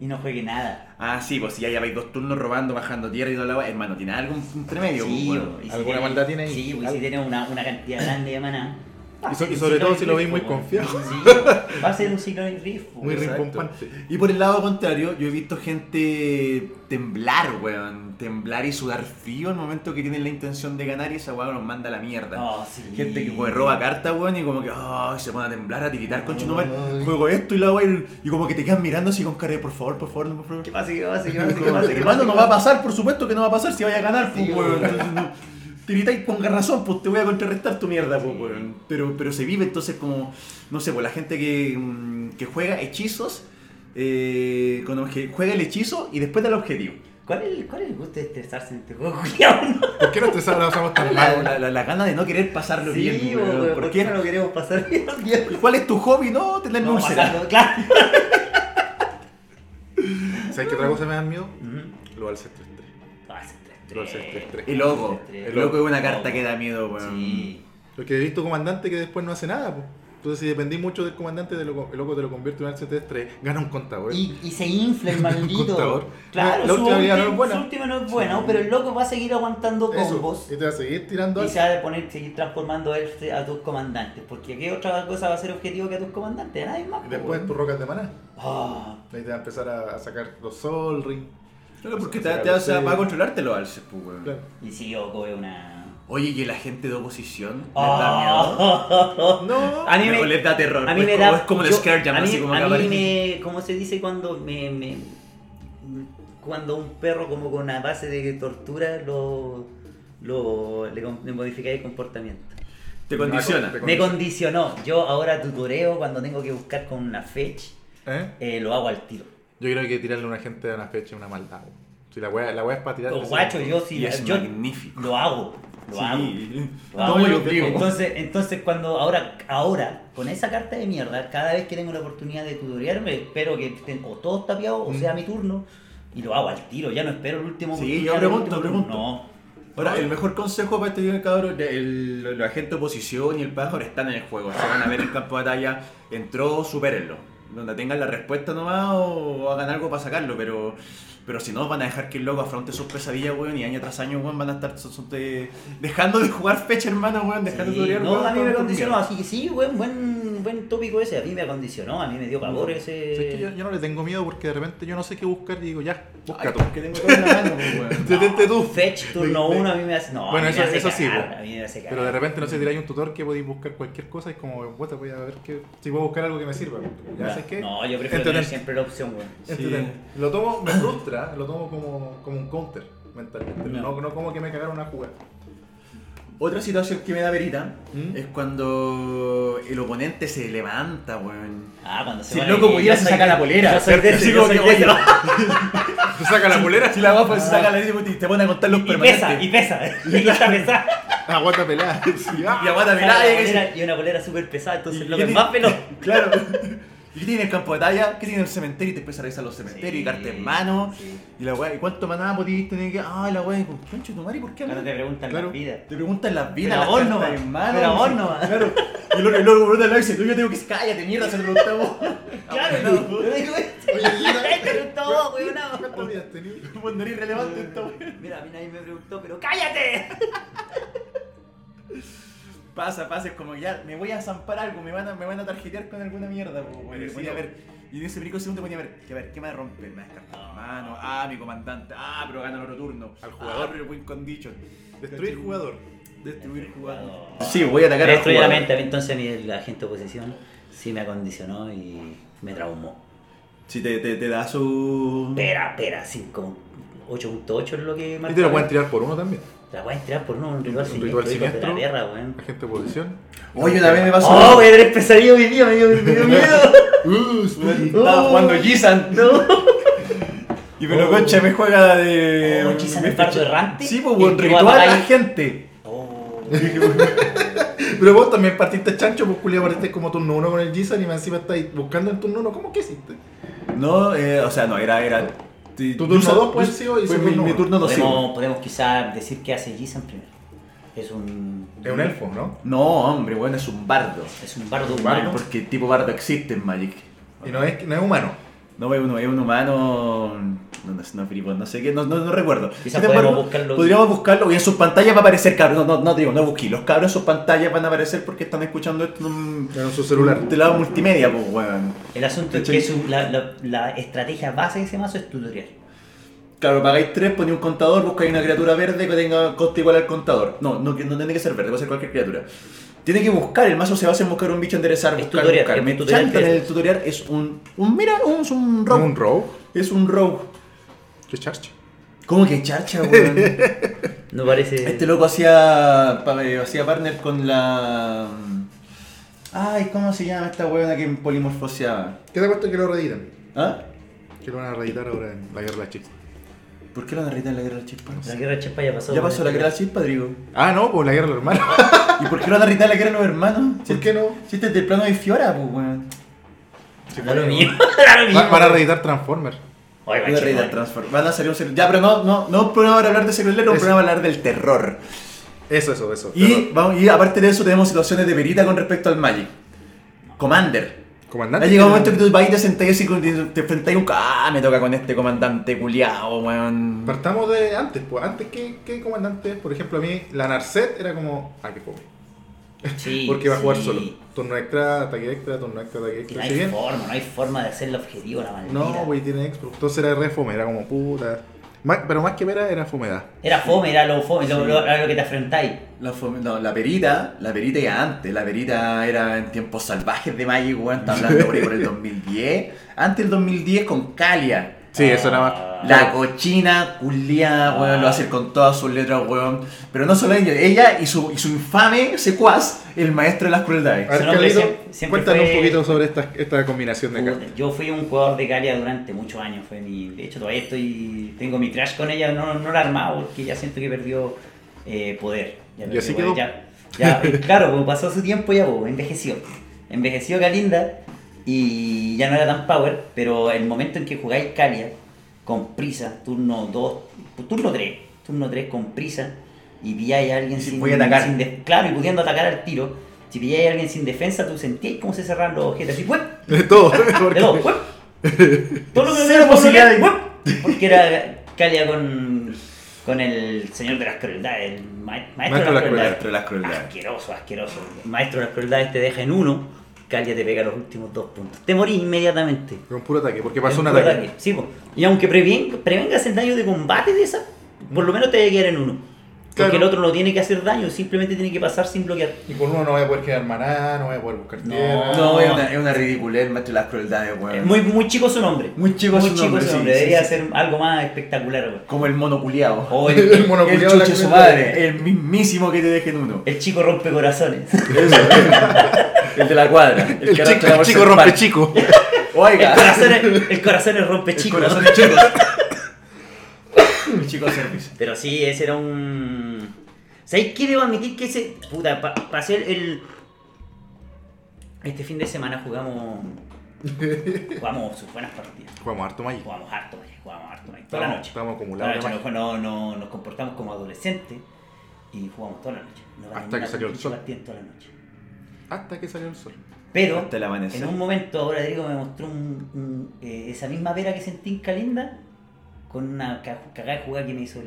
Speaker 3: y no juegue nada.
Speaker 1: Ah, sí, pues si ya lleváis dos turnos robando, bajando tierra y toda la wea. Hermano, tiene algo entre medio,
Speaker 3: Sí,
Speaker 1: weón.
Speaker 3: po, y
Speaker 2: alguna maldad tiene ahí.
Speaker 3: Sí, po, y si
Speaker 2: Algo.
Speaker 3: tiene una, una cantidad grande de maná. va a
Speaker 2: Y so-
Speaker 3: ser
Speaker 2: y
Speaker 3: un
Speaker 2: sobre
Speaker 3: ciclón
Speaker 2: todo si lo
Speaker 3: riff,
Speaker 2: veis muy
Speaker 3: po, weón.
Speaker 2: confiado.
Speaker 3: Sí, va a ser un pues. ciclón en riff. po,
Speaker 2: Muy
Speaker 3: weón.
Speaker 1: Exacto.
Speaker 2: rimbombante.
Speaker 1: Y por el lado contrario, yo he visto gente temblar, weón. Temblar y sudar frío al momento que tienen la intención de ganar y esa weón nos manda a la mierda.
Speaker 3: No, sí.
Speaker 1: Gente que como, roba cartas, weón, y como que ah, se pone a temblar, a tiritar con chino,
Speaker 2: Ay.
Speaker 1: juego esto y la weón, y como que te quedan mirando así con cara de por favor, por favor, no, por favor.
Speaker 3: ¿Qué pasa? ¿Qué pasa? ¿Qué pasa? ¿Qué
Speaker 1: Como,
Speaker 3: pasa? ¿Qué pasa?
Speaker 1: Hermano, no va a pasar, por supuesto que no va a pasar si vaya a ganar, pues,
Speaker 3: Sí,
Speaker 1: weón.
Speaker 3: weón.
Speaker 1: Entonces, no, tiritáis con razón, pues te voy a contrarrestar tu mierda, pues, weón. Pero, pero se vive, entonces, como, no sé, pues la gente que, mm, que juega hechizos, eh, con obje- juega el hechizo y después da el objetivo.
Speaker 3: ¿Cuál es, el- ¿Cuál es el gusto de estresarse en este juego, Julián?
Speaker 2: ¿Por qué no estresados la usamos tan
Speaker 3: Ah,
Speaker 1: La,
Speaker 2: mal?
Speaker 1: la, la- la gana de no querer pasarlo bien,
Speaker 3: pues,
Speaker 1: weón. ¿Por, qué?
Speaker 3: no lo queremos pasar bien?
Speaker 1: ¿Y ¿Cuál es tu hobby? No, tener
Speaker 3: No,
Speaker 1: úlcera.
Speaker 3: pasarlo, claro.
Speaker 2: ¿Sabes qué otra cosa me dan miedo?
Speaker 3: Ujú.
Speaker 2: Lo al 3-3.
Speaker 3: Ah, ese tres,
Speaker 2: Lo al 3-3.
Speaker 1: El loco.
Speaker 3: El
Speaker 1: El loco es una
Speaker 3: loco.
Speaker 1: carta que da miedo, weón.
Speaker 3: Sí.
Speaker 2: Porque he visto comandante que después no hace nada. pues. Entonces, si dependí mucho del comandante, te lo- el loco te lo convierte en un 3-3, gana un contador.
Speaker 3: Y, y se infla el
Speaker 2: Contador.
Speaker 3: maldito. Claro,
Speaker 2: La
Speaker 3: su,
Speaker 2: última habilidad
Speaker 3: última
Speaker 2: no es buena.
Speaker 3: su última no es buena, pero el loco va a seguir aguantando
Speaker 1: eh,
Speaker 2: Eso.
Speaker 3: combos.
Speaker 2: Y te va a seguir tirando
Speaker 3: Y
Speaker 2: al.
Speaker 3: se va a poner, seguir transformando a, él, a tus comandantes. Porque ¿qué otra cosa va a ser objetivo que a tus comandantes? A nadie más.
Speaker 2: Y
Speaker 3: po,
Speaker 2: después
Speaker 3: weón.
Speaker 2: tus rocas de maná.
Speaker 3: Ah.
Speaker 2: Ahí te va a empezar a, a sacar los sol ring.
Speaker 1: Claro, porque te, te, o sea, para controlarte los alces, pues, weón.
Speaker 2: Claro.
Speaker 3: Y si Yoko es una.
Speaker 1: Oye, ¿y la gente de oposición? ¿Les da miedo?
Speaker 3: Ah.
Speaker 2: No.
Speaker 3: A mí
Speaker 1: O
Speaker 3: me,
Speaker 1: les da terror.
Speaker 3: a mí
Speaker 1: pues,
Speaker 3: me
Speaker 1: como-
Speaker 3: da.
Speaker 1: Es como el
Speaker 3: yo-
Speaker 1: scare jam,
Speaker 3: a mí-
Speaker 1: así como que
Speaker 3: A mí
Speaker 1: aparece.
Speaker 3: me. ¿Cómo se dice cuando me. me- cuando un perro, como con una base de tortura, lo. lo le, con- le modifica el comportamiento.
Speaker 1: Te condiciona.
Speaker 2: Te con-
Speaker 3: Me condicionó. Yo ahora tutoreo cuando tengo que buscar con una fecha,
Speaker 2: ¿Eh?
Speaker 3: eh, lo hago al tiro.
Speaker 2: Yo creo que tirarle a una gente a una fecha es una maldad. weón. Si la wea, la wea es para tirar.
Speaker 3: Los guachos, yo
Speaker 1: pues.
Speaker 3: sí.
Speaker 1: Y es
Speaker 3: yo
Speaker 1: magnífico.
Speaker 3: Lo hago. Lo hago.
Speaker 1: Sí.
Speaker 3: Lo hago.
Speaker 1: Todo lo digo.
Speaker 3: Entonces, entonces cuando ahora, ahora, con esa carta de mierda, cada vez que tengo la oportunidad de tutorearme, espero que estén o todos tapiados o sea mi turno, y lo hago al tiro, ya no espero el último
Speaker 1: Mm. Sí,
Speaker 3: oportunidad,
Speaker 1: yo
Speaker 3: el
Speaker 1: pregunto,
Speaker 3: último
Speaker 1: pregunto.
Speaker 3: turno.
Speaker 1: Ahora, el mejor consejo para este video, cabrón, de- el, la gente oposición y el pájaro están en el juego. Se van a ver en campo de batalla. Entró, supérenlo. Donde tengan la respuesta nomás o hagan algo para sacarlo, pero... Pero si no, van a dejar que el loco afronte sus pesadillas, weón, y año tras año, weón, van a estar son- son de- dejando de jugar fecha, hermano, weón,
Speaker 3: No,
Speaker 1: dejando
Speaker 3: Sí,
Speaker 1: de tutorial,
Speaker 3: no,
Speaker 1: weón,
Speaker 3: a mí
Speaker 1: por-
Speaker 3: me
Speaker 1: por
Speaker 3: condicionó,
Speaker 1: miedo.
Speaker 3: así que sí, buen, buen, buen tópico ese, a mí me condicionó, a mí me dio calor ese...
Speaker 2: Es que yo, yo no le tengo miedo porque de repente yo no sé qué buscar y digo, ya,
Speaker 1: Ay,
Speaker 2: busca tú.
Speaker 1: porque tengo todo en la mano, weón.
Speaker 2: Detente tú.
Speaker 3: Fetch turno
Speaker 2: De- de-
Speaker 3: 1 a mí me hace... No, a
Speaker 2: Bueno,
Speaker 3: mí me
Speaker 2: eso-
Speaker 3: hace
Speaker 2: eso sí,
Speaker 3: cagar,
Speaker 2: po.
Speaker 3: a mí me hace
Speaker 2: Pero de
Speaker 3: cagar.
Speaker 2: repente, no sé, tiráis un tutor que podéis buscar cualquier cosa y es como, puta, voy a ver que, si puedo buscar algo que me sirva. ¿Ya sabes qué?
Speaker 3: No, yo prefiero
Speaker 2: Entreten-
Speaker 3: tener siempre la opción, weón.
Speaker 2: entreten. Lo tomo, me frustra, lo tomo como, como un counter mentalmente.
Speaker 3: Ya.
Speaker 2: No. No, como que me cagaron una jugada.
Speaker 1: Otra situación que me da verita
Speaker 2: ¿Mm?
Speaker 1: es cuando el oponente se levanta, weón.
Speaker 3: Ah, cuando se
Speaker 1: Si el
Speaker 3: va
Speaker 1: loco
Speaker 3: y-
Speaker 1: pudiera
Speaker 3: yo
Speaker 1: se
Speaker 3: soy-
Speaker 1: saca la polera.
Speaker 3: Yo soy de ese,
Speaker 1: Así
Speaker 3: yo
Speaker 1: como
Speaker 3: soy
Speaker 1: que,
Speaker 3: de ese.
Speaker 1: oye,
Speaker 2: saca la polera.
Speaker 1: Si la guapa se saca la y te pone a contar los
Speaker 3: Y pesa,
Speaker 1: permanentes.
Speaker 3: y pesa. Y está pesada.
Speaker 2: Aguanta pelada. Sí, ah.
Speaker 1: Y aguanta,
Speaker 3: Saca la
Speaker 1: mirá, y-
Speaker 3: polera Y una polera súper pesada, entonces
Speaker 1: ¿Y
Speaker 3: el loco
Speaker 1: qué
Speaker 3: es
Speaker 1: ti-
Speaker 3: más pelo.
Speaker 1: Claro. ¿Y qué tiene el campo de batalla? ¿Qué tiene el cementerio? Y te empiezas a revisar los cementerios y darte en mano.
Speaker 3: Sí.
Speaker 1: Y la weá, ¿y cuánto maná podías tener que.? Ah, la weá, con concho tu madre, ¿por qué
Speaker 3: Cuando
Speaker 1: hablas?
Speaker 3: te preguntan
Speaker 2: Claro.
Speaker 3: la vida.
Speaker 1: Te preguntan las vidas,
Speaker 3: Pero
Speaker 1: las
Speaker 3: vos
Speaker 1: cartas
Speaker 3: nomás,
Speaker 1: en mano.
Speaker 3: pero vos
Speaker 1: sí,
Speaker 3: nomás.
Speaker 1: Claro. Y el otro, el otro, el otro, dice, tú yo tengo que cállate, mierda, se lo preguntamos.
Speaker 3: Claro,
Speaker 1: no.
Speaker 3: no. Yo digo,
Speaker 2: Oye, mira.
Speaker 3: "Ay, te preguntó vos, weonao".
Speaker 2: ¿Cuántas polillas tenés?
Speaker 1: Cuando era irrelevante esta weá.
Speaker 3: Mira, a mí nadie me preguntó, pero cállate.
Speaker 1: Pasa, pasa, es como ya, me voy a zampar algo, me van a, me van a tarjetear con alguna mierda, po, weón. Y
Speaker 2: Merecido.
Speaker 1: ponía a ver. Y en ese prico segundo ponía a ver, que a ver, ¿qué me va a romper? Me va a descartar la mano, ah, mi comandante, ah, pero gana el otro turno.
Speaker 2: Al jugador.
Speaker 1: Ah, pero win condition.
Speaker 2: Destruir jugador.
Speaker 1: Destruir jugador.
Speaker 3: No.
Speaker 1: Sí, voy a atacar
Speaker 3: Me
Speaker 1: al
Speaker 3: destruyó la
Speaker 1: jugador.
Speaker 3: mente, a mí entonces mi, la gente de oposición sí me acondicionó y me traumó.
Speaker 1: Si te, te, te da su.
Speaker 3: Pera, pera, 5, 8.8 es lo
Speaker 2: Y
Speaker 3: que
Speaker 2: te lo
Speaker 3: marcaba.
Speaker 2: pueden tirar por uno también.
Speaker 3: Te la pueden tirar por uno, un ritual
Speaker 2: Un
Speaker 3: siniestro,
Speaker 2: ritual
Speaker 3: hijo de la
Speaker 2: siniestro.
Speaker 3: perra, weón.
Speaker 2: Agente de posición.
Speaker 1: Oye, una vez me pasó.
Speaker 3: Oh, weón, eres pesadillo mi día, me dio, me dio miedo.
Speaker 2: Uh,
Speaker 1: Estaba jugando Gisan.
Speaker 3: No.
Speaker 1: Y pero concha me juega de.
Speaker 3: Oh, Gisan,
Speaker 1: Eh, me
Speaker 3: el bardo
Speaker 1: ficha-
Speaker 3: errante.
Speaker 1: Sí, pues weón,
Speaker 3: El que
Speaker 1: ritual
Speaker 3: va a
Speaker 1: a la
Speaker 3: pagar-
Speaker 1: gente.
Speaker 3: Oh.
Speaker 2: Pero vos también partiste chancho, pues culiao partiste como turno uno con el Gisan y más encima estáis buscando el turno uno. ¿Cómo que hiciste?
Speaker 1: No, eh, o sea, no, era. era
Speaker 2: Tu turno dos, pues, sí, o hice
Speaker 1: fue mi,
Speaker 2: turno
Speaker 1: mi
Speaker 2: uno.
Speaker 1: turno 2 sí.
Speaker 3: Podemos, podemos quizás decir qué hace Gisan primero. Es un.
Speaker 2: Es un elfo, ¿no?
Speaker 1: No, hombre, bueno, es un bardo.
Speaker 3: Es un bardo
Speaker 1: Bueno,
Speaker 3: humano.
Speaker 1: porque el tipo bardo existe en Magic.
Speaker 2: Y no es, no es humano.
Speaker 1: No es un, es un humano. No, no, no, Filipo, no sé qué, no, no, no recuerdo.
Speaker 3: Quizás
Speaker 1: Sin embargo,
Speaker 3: podemos buscarlo.
Speaker 1: Podríamos buscarlo y en sus pantallas va a aparecer, cabros. No, no, no digo, no busqué. Los cabros en sus pantallas van a aparecer porque están escuchando esto en un
Speaker 2: En su celular.
Speaker 1: telado multimedia, pues, weón.
Speaker 3: El asunto es
Speaker 1: ¿Cachai?
Speaker 3: que su- la, la- la estrategia base de ese mazo es tutorial.
Speaker 1: Claro, pagáis 3, ponéis un contador, buscáis una criatura verde que tenga coste igual al contador. No, no, que- no tiene que ser verde, puede ser cualquier criatura. Tiene que buscar, el mazo se basa en buscar un bicho, enderezar,
Speaker 3: Es
Speaker 1: buscar,
Speaker 3: tutorial,
Speaker 1: buscar.
Speaker 3: es
Speaker 1: Me
Speaker 3: tutorial
Speaker 1: chanta
Speaker 3: que
Speaker 1: en
Speaker 3: es.
Speaker 1: el tutorial, es un, un mira, un, es un rogue.
Speaker 2: ¿Un rogue?
Speaker 1: Es un rogue.
Speaker 2: ¿Qué charcha?
Speaker 1: ¿Cómo que charcha, weón?
Speaker 3: No parece.
Speaker 1: Este loco hacía, pa- eh, hacía partner con la... mm, Ay, ¿cómo se llama esta weona que polimorfoseaba?
Speaker 2: ¿Qué te cuesta que lo reeditan?
Speaker 1: ¿Ah?
Speaker 2: Que lo van a reeditar ahora en la guerra de las chicas.
Speaker 1: ¿Por qué la narrita en la guerra del chispa?
Speaker 3: La guerra de Chespa ya pasó.
Speaker 1: Ya pasó la guerra del chispa, Drigo.
Speaker 2: Ah, no, pues la guerra de los hermanos.
Speaker 1: ¿Y por qué la narrita en la guerra de los hermanos?
Speaker 2: ¿Por qué no?
Speaker 1: Si este es del plano de Fiora, pues weón.
Speaker 3: Da lo mismo, da lo
Speaker 2: pues, Va-
Speaker 3: mismo.
Speaker 2: Van a reeditar Transformers.
Speaker 3: Oye,
Speaker 1: Una
Speaker 3: guache,
Speaker 1: rey del
Speaker 3: madre.
Speaker 1: transform. Van a salir un celular. Ya, pero no, no, no un programa para hablar de celular, era un
Speaker 2: Eso.
Speaker 1: programa para hablar del terror.
Speaker 2: Eso, eso, eso.
Speaker 1: Y,
Speaker 2: Perdón.
Speaker 1: vamos, y aparte de eso tenemos situaciones de verita con respecto al Magic. Commander.
Speaker 2: Comandante.
Speaker 1: Ha llegado un momento que tú vas y te sentás así, con- te enfrentás y un... Ah, me toca con este comandante culiao, weón.
Speaker 2: Partamos de antes, pues. Antes, ¿qué, qué comandante? Por ejemplo, a mí, la Narset era como. Ah, qué fome.
Speaker 3: Sí,
Speaker 2: Porque va a jugar
Speaker 3: sí.
Speaker 2: solo. Turno extra, ataque extra, turno extra, ataque
Speaker 3: Y no
Speaker 2: extra.
Speaker 3: hay
Speaker 2: Si bien,
Speaker 3: forma, no hay forma de hacerle objetivo a la maldita.
Speaker 2: No, güey, tiene expo. Entonces era re fome, era como puta. Ma- pero más que vera, era fomedad.
Speaker 3: Era fome, era lo fome, lo, lo- era lo que te afrontáis.
Speaker 1: La, fome- no, la perita, la perita era antes, la perita era en tiempos salvajes de Magic, weón, está hablando por, ahí por el 2010, antes del 2010 con Calia.
Speaker 2: Sí, eso era
Speaker 3: Ah.
Speaker 2: más.
Speaker 1: La cochina, culiada, weón, lo va a hacer con todas sus letras, weón. Pero no solo ella, ella y su, y su infame secuaz, el maestro de las
Speaker 2: A
Speaker 1: crueldades.
Speaker 2: ver,
Speaker 3: Ese nombre
Speaker 2: Carlito,
Speaker 3: siempre- siempre
Speaker 2: cuéntanos
Speaker 3: fue-
Speaker 2: un poquito sobre esta, esta combinación de
Speaker 3: Puta,
Speaker 2: cartas.
Speaker 3: Yo fui un jugador de Galia durante muchos años. Fue mi, de hecho, todavía estoy, tengo mi crash con ella. No, no la he armado porque ya siento que perdió eh, poder. Ya
Speaker 2: Y
Speaker 3: perdió
Speaker 2: así
Speaker 3: poder,
Speaker 2: quedó.
Speaker 3: Ya, ya, eh, claro, como pasó su tiempo ya pues, envejeció. Envejeció Galinda y ya no era tan power. Pero el momento en que jugáis Galia con prisa, turno 2, turno 3, turno 3 con prisa y pilláis a alguien
Speaker 1: Si
Speaker 3: sin,
Speaker 1: podía atacar.
Speaker 3: sin de- claro, y pudiendo atacar al tiro. Si pilláis a alguien sin defensa, tú sentíais cómo se cerraban los objetos. Así, ¡guap!
Speaker 2: De todo. ¿eh? porque-
Speaker 3: De dos, ¡guap! pues, Todo lo
Speaker 1: Cero
Speaker 3: que me dieron por
Speaker 1: posibilidad
Speaker 3: leer,
Speaker 1: de-
Speaker 3: ¡guap! Porque era Calia con, con el señor de las crueldades, el ma- maestro, de las crueldades.
Speaker 1: Maestro de las crueldades.
Speaker 3: Asqueroso, asqueroso. El maestro de las crueldades te deja en uno, Calia te pega los últimos dos puntos. Te morís inmediatamente.
Speaker 2: Fue un puro ataque, porque pasó un
Speaker 3: El puro
Speaker 2: ataque.
Speaker 3: ataque, Sí, po. y aunque previen- prevengas el daño de combate de esa, por lo menos te va a quedar en uno.
Speaker 2: Claro.
Speaker 3: Porque el otro no tiene que hacer daño, simplemente tiene que pasar sin bloquear.
Speaker 2: Y con uno no voy a poder quedar maná, no voy a poder buscar
Speaker 3: No.
Speaker 2: tierra.
Speaker 1: No, es una, es una ridiculez, maestro, las crueldades,
Speaker 3: Ah. Es
Speaker 1: weón.
Speaker 3: Muy, muy chico su nombre.
Speaker 1: Ah. Muy chico su nombre, sí, sí,
Speaker 3: Debería
Speaker 1: sí.
Speaker 3: ser algo más espectacular. güey.
Speaker 1: Como el monoculeado.
Speaker 3: O el,
Speaker 2: El mono
Speaker 1: el
Speaker 2: culiao
Speaker 1: chuche
Speaker 2: la
Speaker 1: su
Speaker 2: comida.
Speaker 1: madre, el mismísimo que te dejen uno.
Speaker 3: el chico rompe corazones.
Speaker 1: El de la cuadra. El,
Speaker 2: El
Speaker 1: que
Speaker 2: chico,
Speaker 1: arrastra la
Speaker 2: el
Speaker 1: bolsa
Speaker 2: chico
Speaker 1: del
Speaker 2: rompe
Speaker 1: pan.
Speaker 2: chico.
Speaker 3: El
Speaker 1: Oiga,
Speaker 3: corazón es, el corazón es rompe chico.
Speaker 1: El corazón de chico. El chico service.
Speaker 3: Pero sí, ese era un. ¿Sabéis qué debo admitir que ese. Puta, para hacer el. Este fin de semana jugamos. Jugamos sus buenas partidas.
Speaker 2: Jugamos harto Magic.
Speaker 3: Jugamos harto, Magic, jugamos harto, Magic, toda la
Speaker 2: Estamos,
Speaker 3: noche.
Speaker 2: estamos
Speaker 3: Toda la
Speaker 2: acumulados de
Speaker 3: noche
Speaker 2: Magic.
Speaker 3: nos- no, no, nos comportamos como adolescentes y jugamos toda la noche. No ganamos
Speaker 2: Hasta que
Speaker 3: una
Speaker 2: salió el
Speaker 3: pinche
Speaker 2: sol.
Speaker 3: partida en toda la noche.
Speaker 2: Hasta que salió el sol.
Speaker 3: Pero
Speaker 1: Hasta el amanecer.
Speaker 3: en un momento ahora Diego me mostró un- un, eh, esa misma pera que sentí en Calinda con una ca- cagada de jugada que me hizo el,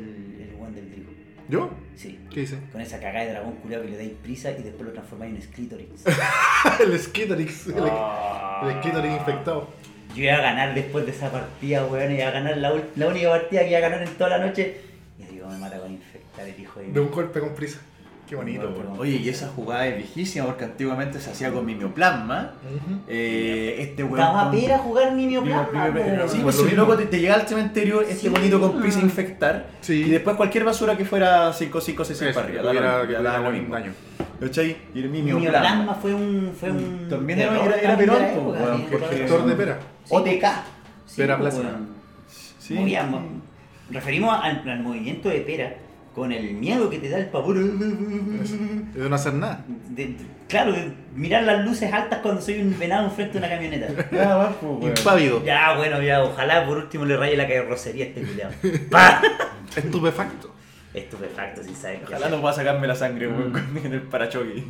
Speaker 3: el weón del Diego.
Speaker 2: ¿Yo?
Speaker 3: Sí.
Speaker 2: ¿Qué hice?
Speaker 3: Con esa cagada de dragón culiao que le dais prisa y después lo transformáis en Sklitorix.
Speaker 2: el Skitterix. El,
Speaker 3: Ah.
Speaker 2: el Skitterix infectado.
Speaker 3: Yo iba a ganar después de esa partida, weón. Iba a ganar la, ul- la única partida que iba a ganar en toda la noche. Y digo, me mata con infectar el hijo de.
Speaker 2: De un golpe con prisa. Qué bonito,
Speaker 3: Bueno,
Speaker 2: weón.
Speaker 1: Oye, y esa jugada es viejísima porque antiguamente se hacía con mimioplasma.
Speaker 2: Ujú.
Speaker 1: Eh, este weón.
Speaker 3: Estaba a
Speaker 1: con-
Speaker 3: pera jugar Mimioplasma, weón.
Speaker 1: Sí, pues
Speaker 2: Como lo
Speaker 1: si
Speaker 2: mismo.
Speaker 1: loco te, te llegaba al cementerio este
Speaker 3: Sí.
Speaker 1: bonito con prisa a infectar
Speaker 2: Sí.
Speaker 1: y después cualquier basura que fuera 5, 5, 6, 6
Speaker 2: Eso,
Speaker 1: para arriba.
Speaker 2: que
Speaker 1: da lo
Speaker 2: hubiera-
Speaker 1: mismo,
Speaker 2: que
Speaker 1: da
Speaker 2: hubiera
Speaker 1: lo
Speaker 2: algún
Speaker 1: mismo.
Speaker 2: daño.
Speaker 1: ¿Cachai? Y el
Speaker 3: Mimioplasma
Speaker 1: mimioplasma.
Speaker 3: fue un. Fue un
Speaker 1: También era-
Speaker 3: terror
Speaker 1: era- era
Speaker 3: también de la
Speaker 1: Perón,
Speaker 3: época,
Speaker 1: weón,
Speaker 3: sí,
Speaker 1: porque-
Speaker 3: terror.
Speaker 2: Sector de pera.
Speaker 3: Sí, OTK. Sí,
Speaker 2: Pera
Speaker 3: pues,
Speaker 2: plasma.
Speaker 3: weón.
Speaker 1: Sí.
Speaker 3: Muy bien, weón. Referimos al, al movimiento de pera con el miedo que te da el pavor.
Speaker 2: Es de no hacer nada.
Speaker 3: De- de- claro, de mirar las luces altas cuando soy un venado enfrente de una camioneta.
Speaker 1: Nada más, pues, weón.
Speaker 2: Impávido.
Speaker 3: Ya, bueno, ya, ojalá por último le raye la carrocería a este culiao. ¡Pah!
Speaker 2: Estupefacto.
Speaker 3: Estupefacto, sin saber qué
Speaker 1: Ojalá
Speaker 3: hacer.
Speaker 1: no va a sacarme la sangre, weón, con- en el parachoque.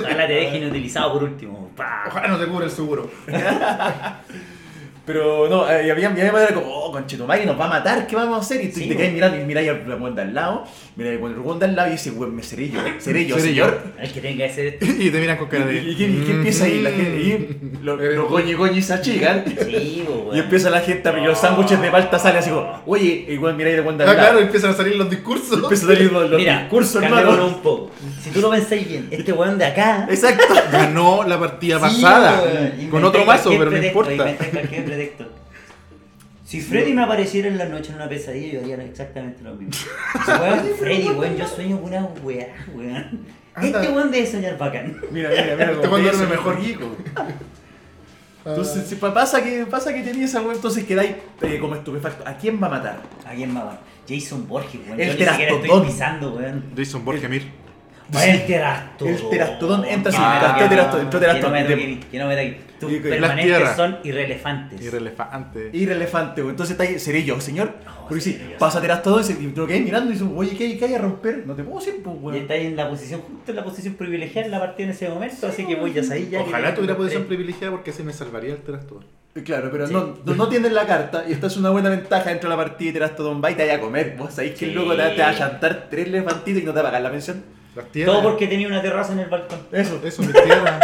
Speaker 3: Ojalá te dejen inutilizado por último. ¡Pah!
Speaker 2: Ojalá no te cubre el seguro.
Speaker 1: Pero no, eh, y había mi mamá era como, oh, conchetumare, nos va a matar, ¿qué vamos a hacer? Y tú
Speaker 3: Sí,
Speaker 1: y te
Speaker 3: güey.
Speaker 1: quedas mirando y miráis al weón de al lado, miráis al weón de al lado y dices, weón, me seré yo, seré yo,
Speaker 2: Seré yo. Mm.
Speaker 1: señor.
Speaker 3: El que tenga ese...
Speaker 2: y te miran con cara de.
Speaker 1: ¿Y, y, qué- y qué empieza ahí? La gente, y lo-
Speaker 2: Eh,
Speaker 1: los goñi goñi se achican.
Speaker 3: Sí, bo, weón.
Speaker 1: Y empieza la gente a y los sándwiches de palta sale así como, oye, igual miráis el weón de
Speaker 2: Ah,
Speaker 1: al
Speaker 2: claro,
Speaker 1: lado.
Speaker 2: empiezan a salir los discursos.
Speaker 1: Empieza a salir los, los
Speaker 3: Mira,
Speaker 1: discursos,
Speaker 3: cambiémoslo
Speaker 1: hermano.
Speaker 3: un poco. Si tú lo pensáis bien, este weón de acá...
Speaker 1: Exacto.
Speaker 2: Ganó la partida
Speaker 3: Sí, weón.
Speaker 2: pasada. Con
Speaker 3: Inventé
Speaker 2: otro mazo,
Speaker 3: cualquier
Speaker 2: pero no
Speaker 3: pretexto,
Speaker 2: importa.
Speaker 3: inventé cualquier pretexto. Si Freddy me apareciera en la noche en una pesadilla, yo haría exactamente lo mismo. Weón, Freddy, weón, yo sueño con una weá, weón.
Speaker 2: Anda.
Speaker 3: Este weón debe soñar bacán.
Speaker 1: Mira, mira, mira.
Speaker 2: Este
Speaker 1: cómo
Speaker 2: weón
Speaker 1: te
Speaker 2: duerme
Speaker 1: dice,
Speaker 2: mejor.
Speaker 1: rico. Entonces, si pa- pasa que, pasa que tenías esa weón, entonces quedáis eh, como estupefacto. ¿A quién va a matar?
Speaker 3: ¿A quién más, weón? Jason Borges,
Speaker 1: El
Speaker 3: weón. yo ni siquiera estoy
Speaker 1: terastodón.
Speaker 3: pisando, weón.
Speaker 2: Jason Borges, Mir.
Speaker 3: Weón, el terastodón.
Speaker 1: El terastodón entra
Speaker 3: Ah, Que
Speaker 1: sin-
Speaker 3: no me
Speaker 1: entró
Speaker 3: toque,
Speaker 1: terastodón, entró
Speaker 3: que no me
Speaker 1: terastodón.
Speaker 3: toque a mí, Que no me toque. Tus
Speaker 1: Y que-
Speaker 3: permanentes
Speaker 2: tierras.
Speaker 3: son irrelefantes.
Speaker 2: Irrelevante.
Speaker 1: Irrelevante, güey. Entonces está ahí, seré yo, señor.
Speaker 3: No,
Speaker 1: Porque sí,
Speaker 3: seré yo,
Speaker 1: pásate las todo y se- y te lo quedas mirando y dices, oye, ¿qué hay, qué hay a romper? No te puedo decir, pues,
Speaker 3: Y
Speaker 1: güey.
Speaker 3: está ahí en la posición, justo en la posición privilegiada en la partida en ese momento, así que voy ya ahí ya.
Speaker 2: Ojalá
Speaker 3: que-
Speaker 2: tuviera posición privilegiada porque así me salvaría el trastorno.
Speaker 1: Y Claro, pero
Speaker 3: Sí.
Speaker 1: no, no, no tienes la carta y esta es una buena ventaja dentro de la partida y te das todo un baile y te vaya a comer. pues, Vos sabéis que el
Speaker 3: Sí.
Speaker 1: loco te, va- te va a chantar tres levantitos y no te va a pagar la pensión.
Speaker 2: Las tierras.
Speaker 3: Todo porque tenía una terraza en el balcón.
Speaker 1: Eso.
Speaker 2: Eso, mis tierras.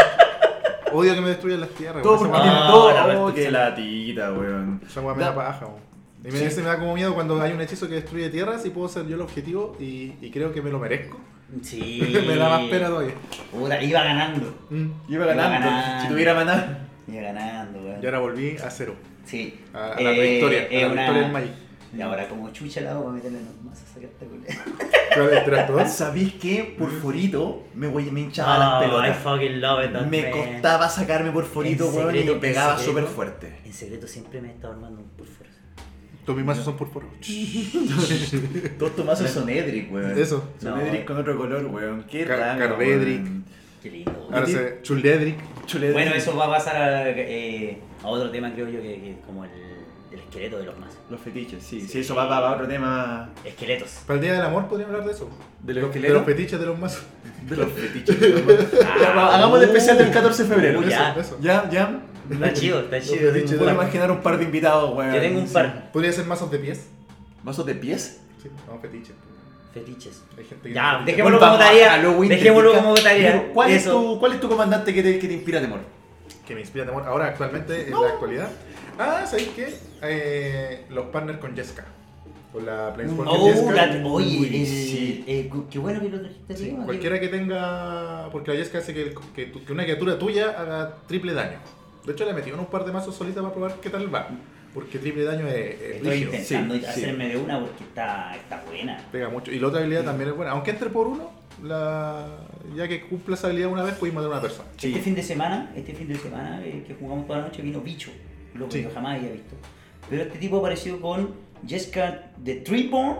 Speaker 2: Odio que me destruyan las tierras.
Speaker 1: Todo
Speaker 2: weón.
Speaker 1: porque
Speaker 2: Esa
Speaker 1: tiene
Speaker 2: weá-
Speaker 3: Ah, la
Speaker 1: todo.
Speaker 3: verdad,
Speaker 1: Oh, qué
Speaker 3: sí.
Speaker 1: latita, weón.
Speaker 2: Esa weá me da paja, weón. Y me,
Speaker 1: Sí.
Speaker 2: ese me da como miedo cuando hay un hechizo que destruye tierras y puedo ser yo el objetivo y, y creo que me lo merezco.
Speaker 3: Sí.
Speaker 2: me da más pena todavía.
Speaker 3: Puta, iba ganando.
Speaker 2: Mm.
Speaker 1: Iba
Speaker 3: Iba
Speaker 1: ganando.
Speaker 3: ganando.
Speaker 1: Si tuviera maná.
Speaker 3: Iba ganando, weón.
Speaker 2: Y ahora volví a cero.
Speaker 3: Sí.
Speaker 2: A, a la
Speaker 3: Eh,
Speaker 2: trayectoria.
Speaker 3: es
Speaker 2: a la
Speaker 3: una-
Speaker 2: victoria del Magic.
Speaker 3: Y ahora como chucha la hago para meterle los mazos a sacar esta culera.
Speaker 2: Pero el
Speaker 3: ¿Ah?
Speaker 2: trastorno.
Speaker 1: ¿Sabéis qué? Por
Speaker 3: Mm.
Speaker 1: forito me, voy- me hinchaba las pelotas.
Speaker 3: Oh, fucking love it,
Speaker 1: Me costaba sacarme por forito,
Speaker 3: En
Speaker 1: weón, y
Speaker 3: secreto, en
Speaker 1: pegaba
Speaker 3: secreto.
Speaker 1: súper fuerte.
Speaker 3: En secreto siempre me he estado armando un pulfor.
Speaker 2: Todos mis mazos son púrpuros.
Speaker 1: Todos tus mazos son Edric, weón.
Speaker 2: Eso.
Speaker 1: Son
Speaker 3: No.
Speaker 1: Edric con otro color, weón. Qué
Speaker 2: Car-
Speaker 1: raro.
Speaker 2: Cardedric.
Speaker 1: weón.
Speaker 3: Qué lindo.
Speaker 2: Ahora
Speaker 1: ¿Y ti?
Speaker 2: se. Chuledric.
Speaker 1: Chule-
Speaker 3: Bueno, eso va a pasar a, eh, a otro tema, creo yo, que, que es como el, el esqueleto de los mazos.
Speaker 1: Los fetiches, sí. Sí,
Speaker 3: Sí.
Speaker 1: eso va, va- va a otro tema
Speaker 3: Esqueletos.
Speaker 2: Para el Día del Amor podríamos hablar de eso.
Speaker 1: de los
Speaker 2: De los
Speaker 1: esqueletos.
Speaker 2: fetiches de los mazos.
Speaker 1: De los fetiches. weón. Ya,
Speaker 2: Ah,
Speaker 3: Ah,
Speaker 1: va, Hagamos el especial del 14 de febrero.
Speaker 3: Uh,
Speaker 1: Eso.
Speaker 3: ya.
Speaker 2: Eso.
Speaker 1: Ya, ya.
Speaker 3: Está chido, está
Speaker 2: Los
Speaker 3: chido.
Speaker 2: fetiches de
Speaker 1: Puedo
Speaker 2: los-
Speaker 1: imaginar un par de Ah, invitados, weón.
Speaker 3: Yo tengo un par
Speaker 2: Podría ser mazos de pies.
Speaker 1: ¿Vasos de pies?
Speaker 2: Sí, no, fetiches. pues.
Speaker 3: fetiches.
Speaker 2: Hay gente que.
Speaker 3: Ya,
Speaker 2: tiene fetiches.
Speaker 3: dejémoslo
Speaker 1: Bueno,
Speaker 3: como
Speaker 1: vamos a
Speaker 3: tarea.
Speaker 1: Halloween,
Speaker 3: Dejémoslo
Speaker 1: critica.
Speaker 3: como tarea.
Speaker 1: Diego, ¿Cuál es,
Speaker 3: Eso.
Speaker 1: tu, ¿Cuál es tu comandante que te, que te inspira temor?
Speaker 2: Que me inspira amor. Ahora, actualmente, en la actualidad. Ah, ¿sabéis qué? Eh, los partners con Jessica. Con la Planeswalker
Speaker 3: Oh,
Speaker 2: Jessica.
Speaker 3: la- oye,
Speaker 2: Uy.
Speaker 3: es, eh, eh, cu- qué bueno que lo trajiste
Speaker 2: Sí,
Speaker 3: aquí, ¿no?
Speaker 2: cualquiera que tenga. Porque la Jessica hace que, el- que tu- que una criatura tuya haga triple daño. De hecho, le metí un par de mazos solita para probar qué tal va. Porque triple daño es, es
Speaker 3: Estoy
Speaker 2: rígido.
Speaker 3: intentando
Speaker 1: sí, sí.
Speaker 3: hacerme de una porque está, está buena.
Speaker 2: Pega mucho. Y la otra habilidad también es buena. Aunque entre por uno, la... ya que cumpla esa habilidad una vez, podéis matar a una persona.
Speaker 1: Sí.
Speaker 3: Este fin de semana, este fin de semana eh, que jugamos toda la noche vino Bicho, lo que
Speaker 2: Sí.
Speaker 3: yo jamás había visto. Pero este tipo apareció con Jessica de Treeborn,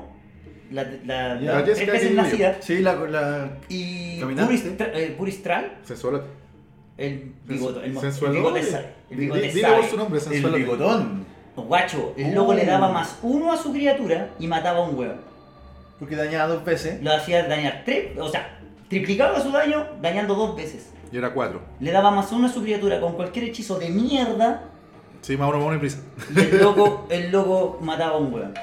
Speaker 3: la, la,
Speaker 2: Ya,
Speaker 3: la tres
Speaker 2: Jessica
Speaker 3: veces
Speaker 2: que
Speaker 3: nacida,
Speaker 1: Sí, la. la...
Speaker 3: y
Speaker 1: Caminante.
Speaker 3: Buristra- eh, Buristral,
Speaker 2: Sensual.
Speaker 3: el bigote, el, mo- el
Speaker 2: Pues, Sensual.
Speaker 3: bigote, sa- el bigote
Speaker 2: Dile
Speaker 3: sabe.
Speaker 2: por su nombre,
Speaker 1: El
Speaker 2: sensual.
Speaker 1: bigotón.
Speaker 3: Guacho, el loco
Speaker 1: Oh.
Speaker 3: le daba más uno a su criatura y mataba a un huevo.
Speaker 1: Porque dañaba dos veces.
Speaker 3: Lo hacía dañar tres, o sea, triplicaba su daño dañando dos veces.
Speaker 2: Y era cuatro.
Speaker 3: Le daba más uno a su criatura con cualquier hechizo de mierda
Speaker 2: Sí, más uno, más uno y prisa.
Speaker 3: Y el loco, el loco mataba a un weón.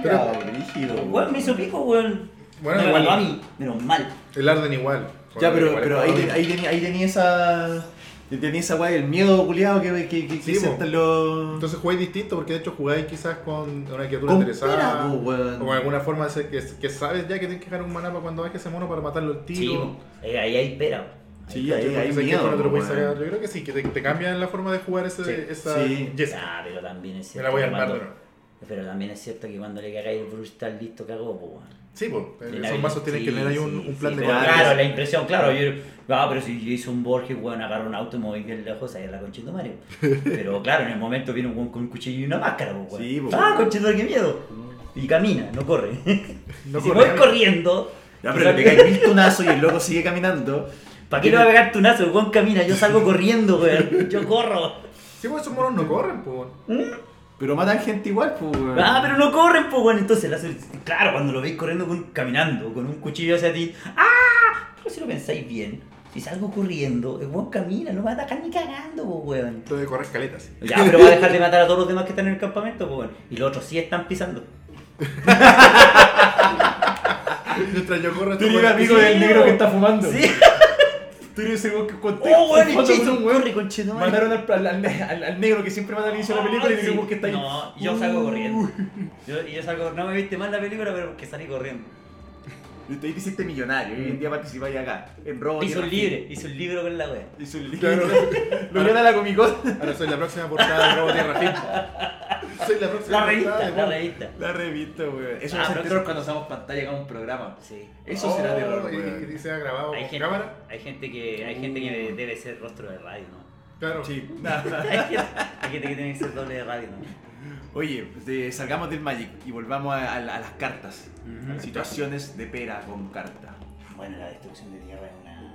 Speaker 2: Pero-
Speaker 1: Pero rígido.
Speaker 3: Un weón me hizo pico, weón.
Speaker 2: Bueno,
Speaker 3: no me
Speaker 2: igual-
Speaker 3: mató a mí, menos mal.
Speaker 2: El Arden igual.
Speaker 1: Ya, pero,
Speaker 2: Igual,
Speaker 1: pero ahí,
Speaker 2: igual.
Speaker 1: te- ahí, tenía, ahí tenía esa. Tenía esa weá, el miedo culiado que, que, que, que
Speaker 2: Sí,
Speaker 1: sientan
Speaker 2: po.
Speaker 1: los.
Speaker 2: Entonces jugáis distinto porque de hecho jugáis quizás con una criatura
Speaker 1: Con
Speaker 2: interesada.
Speaker 1: pera, po, weón.
Speaker 2: o con alguna forma de ser que, que sabes ya que tienes que dejar un maná para cuando bajes ese mono para matarlo el tiro.
Speaker 3: Sí, weón. Eh, ahí hay pera. weón.
Speaker 1: sí,
Speaker 2: ¿Cachai?
Speaker 1: ahí
Speaker 2: Porque
Speaker 1: hay
Speaker 2: sabes que
Speaker 1: miedo.
Speaker 2: esto no te lo puedes
Speaker 1: weón.
Speaker 2: sacar. Yo creo que sí, que te, te cambian la forma de jugar ese,
Speaker 1: Sí.
Speaker 2: esa
Speaker 1: Sí.
Speaker 2: Jessica.
Speaker 3: Ah, pero también es
Speaker 2: Me
Speaker 3: cierto.
Speaker 2: la voy a
Speaker 3: que
Speaker 2: armar,
Speaker 3: cuando-
Speaker 2: pero.
Speaker 3: Pero también es cierto que cuando le cagáis el Bruce está listo, cagó, po, weón.
Speaker 2: Sí, pues.
Speaker 3: Le
Speaker 2: Esos
Speaker 3: cagáis-
Speaker 2: mazos tienen
Speaker 3: sí,
Speaker 2: que tener ahí un,
Speaker 3: sí,
Speaker 2: un plan
Speaker 3: sí,
Speaker 2: de
Speaker 3: pero
Speaker 1: juego.
Speaker 3: Claro, la impresión, claro. Yo, ah, pero si hizo un Borges, weón, agarra un auto y moví bien lejos, ahí a la conchita Mario. Pero claro, en el momento viene un weón con un cuchillo y una máscara, po, weón.
Speaker 2: pues,
Speaker 1: Sí, po,
Speaker 3: ah,
Speaker 1: weón.
Speaker 3: conchito, qué miedo. Y camina, no corre.
Speaker 2: No
Speaker 3: si
Speaker 2: corre.
Speaker 3: voy corriendo.
Speaker 1: Ya, pero le pegáis mil tonazos y el loco sigue caminando.
Speaker 3: ¿Para qué le va a pegar tunazo? El weón camina, yo salgo corriendo, weón. Yo corro.
Speaker 2: Sí, pues esos monos no corren, pues.
Speaker 1: Ah. Pero matan gente igual, pues. weón.
Speaker 3: Ah, pero no corren, pues, weón. Entonces, la solución- claro, cuando lo veis corriendo, con, caminando, con un cuchillo hacia ti. ¡Ah! Pero si lo pensáis bien, si salgo corriendo, el weón camina, no va a atacar ni cagando, pues, weón.
Speaker 2: Entonces corres caletas.
Speaker 3: Ya, pero va a dejar de matar a todos los demás que están en el campamento, pues, weón. Y los otros sí están pisando.
Speaker 2: Mientras yo corro,
Speaker 1: Tú eres
Speaker 2: tú
Speaker 1: un
Speaker 2: corres.
Speaker 1: amigo del negro que está fumando.
Speaker 3: Sí.
Speaker 1: Tú eres ese weón que conté.
Speaker 3: ¡Oh,
Speaker 1: fotos
Speaker 3: weón! El
Speaker 1: con
Speaker 3: chiste,
Speaker 1: un weón.
Speaker 3: corre, conchetumare.
Speaker 1: Mataron al, al- al- al negro que siempre mata al inicio de la película y
Speaker 3: Ah,
Speaker 1: digo
Speaker 3: sí.
Speaker 1: que está ahí. Uh.
Speaker 3: No, yo salgo corriendo. Yo, yo salgo, no me viste mal la película, pero porque salí corriendo.
Speaker 1: Y tú te hiciste millonario y hoy en día participáis acá. En robo.
Speaker 3: Hice
Speaker 1: tierra
Speaker 3: un libre, hice un libro con la wea.
Speaker 1: firme. Hizo un libre.
Speaker 2: Claro.
Speaker 1: Lo llevan a la comicón.
Speaker 2: Ahora soy la próxima portada de Robo Tierra Fin. Soy la próxima
Speaker 3: La revista,
Speaker 2: portada de
Speaker 3: la
Speaker 2: Robo-
Speaker 3: revista.
Speaker 1: La revista, weón. Eso
Speaker 3: Ah,
Speaker 1: va a ser
Speaker 3: pero-
Speaker 1: terror cuando usamos pantalla con un programa.
Speaker 3: Sí.
Speaker 1: Eso
Speaker 2: Oh,
Speaker 1: será terror,
Speaker 2: y-
Speaker 1: weón.
Speaker 2: Y se ha grabado
Speaker 3: Hay
Speaker 2: con
Speaker 3: gente,
Speaker 2: cámara.
Speaker 3: hay gente que hay gente
Speaker 1: Uh.
Speaker 3: que debe ser rostro de radio, ¿no?
Speaker 2: Claro.
Speaker 1: Sí, nada.
Speaker 3: Hay gente, hay gente que tiene que ser doble de radio, ¿no?
Speaker 1: Oye, pues, de- salgamos del Magic y volvamos a, a- a las cartas. Situaciones de pera con carta.
Speaker 3: Bueno, la destrucción de tierra es una.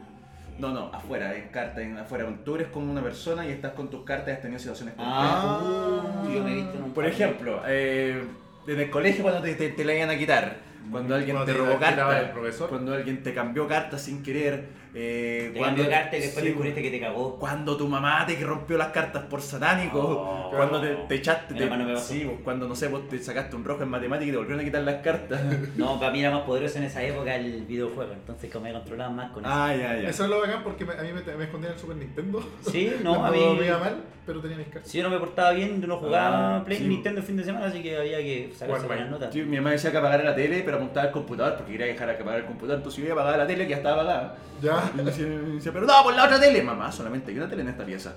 Speaker 1: No, no, afuera, en carta, en afuera. Tú eres como una persona y estás con tus cartas y has tenido situaciones con
Speaker 2: Ah.
Speaker 3: yo me he visto en
Speaker 1: pera.
Speaker 3: un.
Speaker 1: Por
Speaker 3: papel.
Speaker 1: ejemplo, eh, en el colegio cuando te, te- te la iban a quitar,
Speaker 3: Mm,
Speaker 1: cuando alguien
Speaker 2: Cuando
Speaker 1: te
Speaker 2: te
Speaker 1: robó
Speaker 2: la quitaba
Speaker 1: cartas,
Speaker 2: el profesor.
Speaker 1: cuando alguien te cambió cartas sin querer, eh,
Speaker 3: te cambió carta y después
Speaker 1: sí,
Speaker 3: descubriste que te cagó.
Speaker 1: cuando tu mamá te rompió las cartas por satánico,
Speaker 3: Oh,
Speaker 1: cuando te,
Speaker 3: claro.
Speaker 1: te echaste,
Speaker 3: Mi
Speaker 1: te-
Speaker 3: hermano me pasó.
Speaker 1: sí, vos, cuando no sé, vos te sacaste un rojo en matemáticas y te volvieron a quitar las cartas.
Speaker 3: No, para mí era más poderoso en esa época el videojuego, entonces como me controlaban más con eso.
Speaker 1: ah, ya, ya.
Speaker 2: Eso es lo bacán porque me- a mí me, me escondían el Super Nintendo.
Speaker 3: Sí, no, a mí.
Speaker 2: Cuando me iba mal, pero tenía mis cartas.
Speaker 3: Si yo no me portaba bien, yo no jugaba
Speaker 1: Ah,
Speaker 3: Play
Speaker 1: sí.
Speaker 3: Nintendo el fin de semana, así que había que sacarse
Speaker 2: Jugar
Speaker 3: buenas
Speaker 2: mal.
Speaker 3: notas.
Speaker 1: Sí, mi mamá decía que apagara la tele, pero apuntaba al computador porque quería dejar apagar el computador. Entonces yo iba a apagar la tele que ya estaba apagada.
Speaker 2: Ya.
Speaker 1: Y decía, decía, pero no, por la otra tele. Mamá, solamente hay una tele en esta pieza.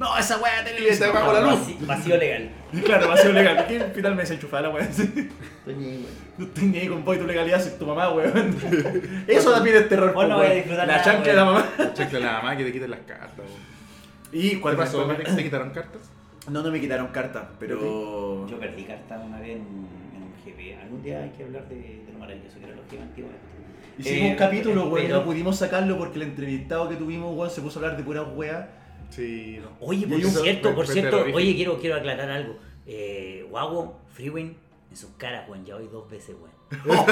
Speaker 1: No, esa weá de tele
Speaker 2: Y se
Speaker 1: no,
Speaker 2: apagó la
Speaker 1: no,
Speaker 2: luz.
Speaker 1: así.
Speaker 3: Vaci- Vacío legal.
Speaker 1: Y claro, va a ser legal. ¿Por qué al final me desenchufaba la weá? No estoy ni ahí con vos y tu legalidad, soy tu mamá, weón. Eso también es terror.
Speaker 3: Vos
Speaker 1: po,
Speaker 3: no vais a
Speaker 1: weón.
Speaker 3: disfrutar
Speaker 1: La
Speaker 3: nada,
Speaker 1: chancla de la
Speaker 3: weón.
Speaker 1: mamá.
Speaker 2: Checa la mamá que te quiten las cartas. bo.
Speaker 1: ¿Y
Speaker 2: ¿Qué
Speaker 1: cuando
Speaker 2: pasó? ¿Te te quitaron cartas?
Speaker 1: No, no me quitaron carta, pero.
Speaker 3: Yo perdí cartas una vez en, en un GP. Algún día hay que hablar de, de lo maravilloso que eran los GP antiguamente.
Speaker 1: Hicimos
Speaker 3: Eh,
Speaker 1: un capítulo, weón, y
Speaker 3: pero-
Speaker 1: no pudimos sacarlo porque el entrevistado que tuvimos, weón, se puso a hablar de puras weas.
Speaker 2: Sí, no.
Speaker 3: Oye,
Speaker 2: Y
Speaker 3: por
Speaker 2: eso
Speaker 3: cierto,
Speaker 2: fue-
Speaker 3: por
Speaker 2: fue
Speaker 3: cierto,
Speaker 2: terrorífico.
Speaker 3: oye, quiero, quiero aclarar algo. Eh, Guago, Freewin, en sus caras, weón, ya hoy dos veces, weón.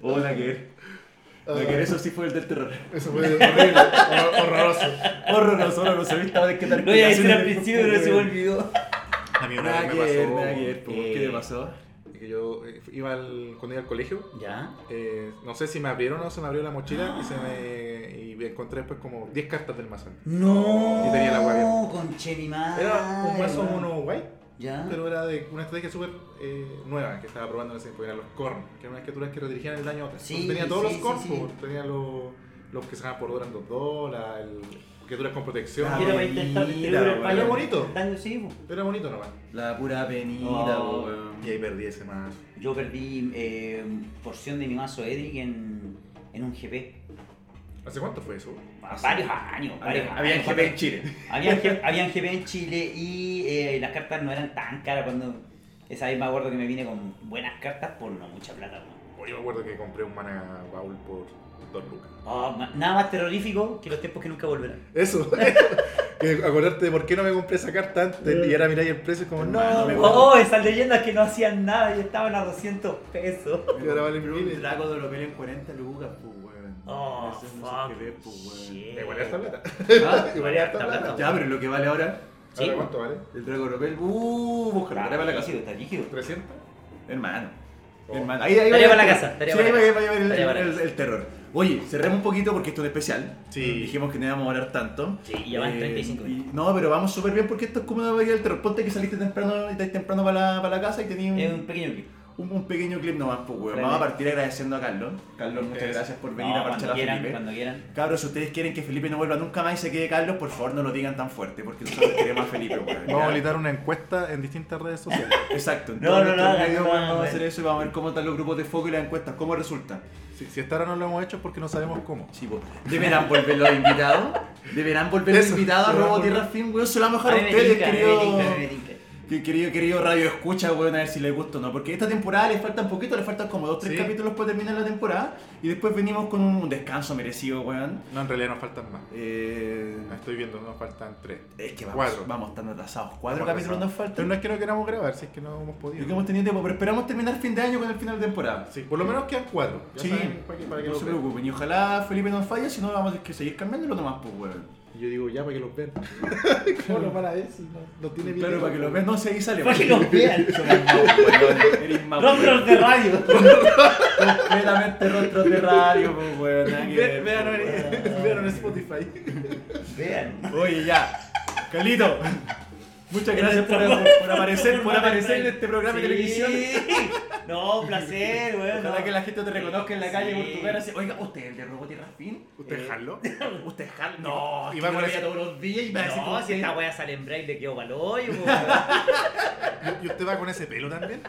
Speaker 1: Oh, Hola, que La que eso sí fue el del terror.
Speaker 2: Ah, Eso fue horrible, hor- horroroso.
Speaker 1: Horroroso, horroroso. ¿Viste ahora que
Speaker 3: Lo iba a decir al principio, pero se me olvidó.
Speaker 2: A mí una
Speaker 1: Nada
Speaker 2: vez
Speaker 1: que
Speaker 2: me
Speaker 1: ver,
Speaker 2: pasó.
Speaker 1: nada que ver, po. ¿Qué
Speaker 2: eh,
Speaker 1: te pasó?
Speaker 2: que yo eh, iba al, cuando iba al colegio,
Speaker 3: Ya.
Speaker 2: eh, no sé si me abrieron o no, se me abrió la mochila y se me y me encontré después como 10 cartas del mazo.
Speaker 3: No.
Speaker 2: Y tenía la guardia.
Speaker 3: Conche mi madre.
Speaker 2: Era un mazo
Speaker 3: weón.
Speaker 2: mono guay,
Speaker 3: Ya.
Speaker 2: pero era de una estrategia súper eh, nueva que estaba probando en ese tiempo, eran los Korn, que eran unas criaturas que redirigían el daño a otras.
Speaker 3: Sí,
Speaker 2: Entonces tenía todos
Speaker 3: sí,
Speaker 2: los Korn,
Speaker 3: sí, sí.
Speaker 2: pues, tenía los, los que se daban por dos eran dos dos, la- el- criaturas con protección.
Speaker 1: Ah,
Speaker 3: Quiero
Speaker 1: mira,
Speaker 3: para intentar distribuir
Speaker 1: weón.
Speaker 3: el fallo.
Speaker 2: Era bonito.
Speaker 3: Daño, sí, po.
Speaker 2: Era bonito nomás.
Speaker 1: La pura avenida,
Speaker 3: Oh.
Speaker 1: po, weón.
Speaker 2: Y ahí perdí ese más.
Speaker 3: Yo perdí eh, porción de mi mazo Edric en, en un GP.
Speaker 2: ¿Hace cuánto fue eso?
Speaker 3: Varios años. varios
Speaker 1: Había, había
Speaker 3: años.
Speaker 1: GP en Chile.
Speaker 3: Habían, G- habían GP en Chile y eh, las cartas no eran tan caras cuando... Esa vez me acuerdo que me vine con buenas cartas por no mucha plata. weón.
Speaker 2: Oh, Yo me acuerdo que compré un mana baúl por dos lucas.
Speaker 3: Oh, ma- nada más terrorífico que los tiempos que nunca volverán.
Speaker 2: Eso. Que Acordarte de por qué no me compré esa carta antes y ahora miráis el precio y es como, no,
Speaker 1: Hermano,
Speaker 2: me
Speaker 1: Ah, me
Speaker 2: voy.
Speaker 3: Oh, esas leyendas que no hacían nada y estaban a 200 pesos.
Speaker 2: Y ahora vale miles.
Speaker 1: El Drago de Oropel en 40 lucas, pues, weón.
Speaker 3: Oh,
Speaker 1: Eso no se
Speaker 3: fuck.
Speaker 1: puede ver, pues, weón.
Speaker 3: Shit.
Speaker 2: Me vale esta plata.
Speaker 1: Ah,
Speaker 2: Me vale harta plata.
Speaker 1: Ya, pero lo que vale ahora,
Speaker 3: Sí.
Speaker 2: ¿Ahora cuánto vale?
Speaker 1: el Drago de Oropel, uh, búscalo,
Speaker 3: Está
Speaker 1: tarea para la casa.
Speaker 3: rígido, está rígido.
Speaker 2: ¿300?
Speaker 1: Hermano.
Speaker 2: Oh.
Speaker 1: Hermano. Ahí, ahí
Speaker 3: Tarea
Speaker 1: va
Speaker 3: para
Speaker 1: el
Speaker 3: la
Speaker 1: terror.
Speaker 3: casa, tarea
Speaker 1: Sí,
Speaker 3: para la
Speaker 1: ahí
Speaker 3: casa.
Speaker 1: va- ahí va el-
Speaker 3: Tarea para la
Speaker 1: el-
Speaker 3: casa.
Speaker 1: el terror. Oye, cerremos un poquito porque esto es especial.
Speaker 2: Sí.
Speaker 1: Dijimos que no íbamos a hablar tanto. Eh,
Speaker 3: Sí, y ya van 35
Speaker 1: y- no, pero vamos súper bien porque esto es como una bahía del terror. Ponte que saliste temprano y estáis temprano para la, para la casa y tenías un,
Speaker 3: Es un pequeño clip.
Speaker 1: un- un pequeño clip nomás, pues, weón.
Speaker 3: Claro.
Speaker 1: Vamos a partir agradeciendo a Carlos. Carlos, muchas
Speaker 2: Eso.
Speaker 1: gracias por venir
Speaker 3: No,
Speaker 1: a marchar
Speaker 3: cuando
Speaker 1: a
Speaker 3: quieran,
Speaker 1: Felipe.
Speaker 3: cuando quieran.
Speaker 1: Cabros, si ustedes quieren que Felipe no vuelva nunca más y se quede Carlos, por favor no lo digan tan fuerte, porque nosotros queremos a Felipe, weón.
Speaker 2: Vamos a
Speaker 1: ¿ya?
Speaker 2: habilitar una encuesta en distintas redes sociales.
Speaker 1: Exacto, en
Speaker 3: No,
Speaker 1: todos
Speaker 3: no, no,
Speaker 1: nuestros
Speaker 3: hagan,
Speaker 1: medios
Speaker 3: no,
Speaker 1: vamos
Speaker 3: no.
Speaker 1: a hacer eso y vamos a ver cómo están los grupos de foco y las encuestas, cómo resultan.
Speaker 2: Si, si hasta ahora no lo hemos hecho es porque no sabemos cómo.
Speaker 1: Sí, po. ¿Deberán volver los invitados? ¿Deberán volver los
Speaker 2: Eso,
Speaker 1: invitados a
Speaker 2: deberán
Speaker 1: Robo
Speaker 2: volver.
Speaker 1: Tierra Film, weón? Se lo vamos a
Speaker 3: A
Speaker 1: dejar
Speaker 3: mí
Speaker 1: a
Speaker 3: me
Speaker 1: ustedes,
Speaker 3: tinca, a mí me
Speaker 1: querido,
Speaker 3: tinca, a mí me tinca.
Speaker 1: que- querido, querido Radio Escucha, weón, a ver si les gusta o no. Porque esta temporada les faltan poquito, les faltan como 2-3
Speaker 2: Sí.
Speaker 1: capítulos para terminar la temporada y después venimos con un descanso merecido, weón.
Speaker 2: No, en realidad nos faltan más.
Speaker 1: Eh,
Speaker 2: Ah, Estoy viendo, nos faltan tres.
Speaker 1: es que vamos,
Speaker 2: Cuatro.
Speaker 1: vamos tan atrasados. Cuatro capítulos nos faltan.
Speaker 2: Pero no es que no queramos grabar, si es que no hemos
Speaker 1: Yo
Speaker 2: podido.
Speaker 1: creo que hemos tenido tiempo, pero esperamos terminar fin de año con el final de temporada.
Speaker 2: Sí, por lo menos quedan cuatro. Ya
Speaker 1: Sí,
Speaker 2: saben, para que, para que
Speaker 1: no
Speaker 2: los
Speaker 1: se
Speaker 2: vean.
Speaker 1: preocupen. Y ojalá Felipe no falle, si no vamos a que seguir cambiándolo nomás, pues, weón.
Speaker 2: Y Yo digo, ya, para que los vean. ¿Cómo lo van a ver si no, no tiene video?
Speaker 1: Claro, para que lo vean, no, si ahí sale.
Speaker 3: Para que
Speaker 1: weón.
Speaker 3: los vean.
Speaker 1: Son más weón, eres más
Speaker 3: Rostros
Speaker 1: weón.
Speaker 3: de radio.
Speaker 1: Completamente rostros de radio, pues, weón. nada que ver,
Speaker 2: Ve- Vean
Speaker 1: pues,
Speaker 2: en-
Speaker 1: weón.
Speaker 2: vean en Spotify.
Speaker 3: Vean.
Speaker 1: Oye, ya. Calito. Muchas gracias por, por aparecer, por aparecer en este programa de televisión.
Speaker 3: No, un placer, weón.
Speaker 1: Ojalá
Speaker 3: no.
Speaker 1: que la gente te reconozca en la calle
Speaker 3: Sí.
Speaker 1: por tu cara. así, Oiga, ¿usted es el de Robot y Rafín? Eh,
Speaker 2: ¿Usted jaló?
Speaker 1: ¿Usted es Hal? No,
Speaker 2: Y
Speaker 1: y
Speaker 2: va
Speaker 1: va
Speaker 2: con
Speaker 1: lo
Speaker 2: ese-
Speaker 1: veía todos los días y me hace
Speaker 3: No,
Speaker 1: como
Speaker 3: si
Speaker 1: que-
Speaker 3: esta weá sale en braille, le quedo pa'l hoyo, weón.
Speaker 2: ¿Y usted va con ese pelo también?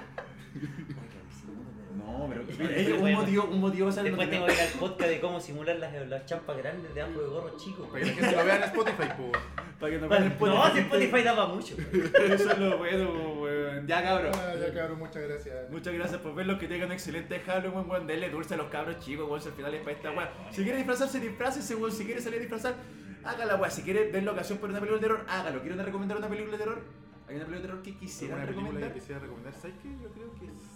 Speaker 1: No, pero
Speaker 3: Pero
Speaker 1: es un
Speaker 3: bueno.
Speaker 1: motivo, un motivo para
Speaker 3: Después tengo que ir al podcast de cómo simular las, las champas grandes de ambos de gorro chico.
Speaker 2: Para que la gente lo vea en Spotify, pues.
Speaker 1: para que no
Speaker 3: Bueno,
Speaker 1: puedan
Speaker 3: No, si Spotify daba mucho.
Speaker 1: Eso es lo bueno, po, weón. Ya, cabros.
Speaker 2: Ah, ya, cabrón, muchas gracias.
Speaker 1: Muchas gracias por verlo, que tengan un excelente Halloween, weón. Denle dulce a los cabros chicos, weón. Si al final es para esta weón. Si quiere disfrazarse, disfrácese, weón. Si quiere salir a disfrazar, hágala, weón. Si quiere ver la ocasión por una película de terror, hágalo. ¿Quieren recomendar una película de terror? ¿Hay una película de terror que quisieran
Speaker 2: ¿Alguna película
Speaker 1: recomendar?
Speaker 2: que quisiera recomendar? ¿Sabes qué? Yo creo que sí,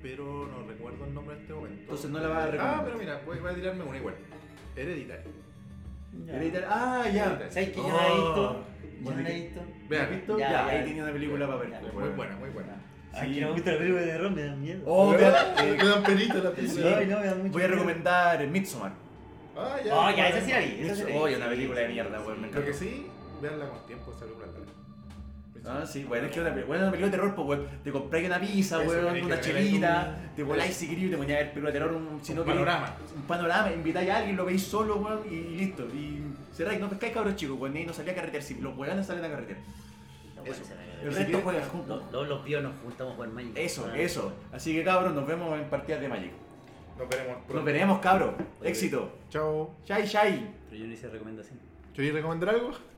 Speaker 2: pero no recuerdo el nombre en este momento.
Speaker 1: Entonces no la vas a recomendar.
Speaker 2: Ah, pero mira, voy, voy a tirarme una igual. Hereditario.
Speaker 1: Hereditary. Ah, ya.
Speaker 3: ¿Sabes que yo no la he visto? Yo no
Speaker 1: Bueno,
Speaker 3: la he
Speaker 1: ¿qué-
Speaker 3: visto.
Speaker 1: ¿Has
Speaker 2: Oh. Vean,
Speaker 1: visto?
Speaker 3: Ya,
Speaker 1: Ya,
Speaker 3: ya.
Speaker 1: ahí tenía una película para ver.
Speaker 3: Ya.
Speaker 2: muy buena, muy buena.
Speaker 3: Ay,
Speaker 1: Sí.
Speaker 3: que no me gusta la película de terror, me dan miedo.
Speaker 1: Oh, vean, eh,
Speaker 2: Quedan penitas las
Speaker 1: sí.
Speaker 3: Ay, no, me dan mucho
Speaker 1: Voy a
Speaker 3: miedo.
Speaker 1: recomendar Midsommar.
Speaker 2: Ah, ya.
Speaker 3: Oh, ya, esa sí la vi. esa sí la vi.
Speaker 1: Oye, una película de mierda, weón, me
Speaker 2: Lo que sí, veanla con tiempo, esa película. la-
Speaker 1: Ah, sí, bueno, es que una, bueno, una película de terror, pues, weón. Te compráis una pizza,
Speaker 2: Eso,
Speaker 1: weón,
Speaker 2: tenés
Speaker 1: una
Speaker 2: que tener
Speaker 1: chelita,
Speaker 2: un-
Speaker 1: te voláis si queréis y te ponías a ver película de terror, un, si no
Speaker 2: Un
Speaker 1: queréis-
Speaker 2: panorama.
Speaker 1: Un panorama, invitáis a alguien, lo veis solo, weón, y, y listo. Y cerráis, no pescáis cabros chicos, weón, y no salía a carretear. Si los weones salen a carretear.
Speaker 3: No, bueno,
Speaker 2: Eso.
Speaker 3: esa la vi.
Speaker 1: El
Speaker 2: Si
Speaker 1: resto
Speaker 2: quieres-
Speaker 1: juegas juntos.
Speaker 3: Los, los, los píos nos juntamos por Magic.
Speaker 1: Eso,
Speaker 3: Ah.
Speaker 1: eso. Así que cabros, nos vemos en partidas de Magic.
Speaker 2: Nos veremos pronto.
Speaker 1: Nos veremos, cabros. Éxito.
Speaker 2: Chao.
Speaker 1: Shai, shai.
Speaker 3: Pero yo no hice recomendación.
Speaker 2: ¿Queréis recomendar algo?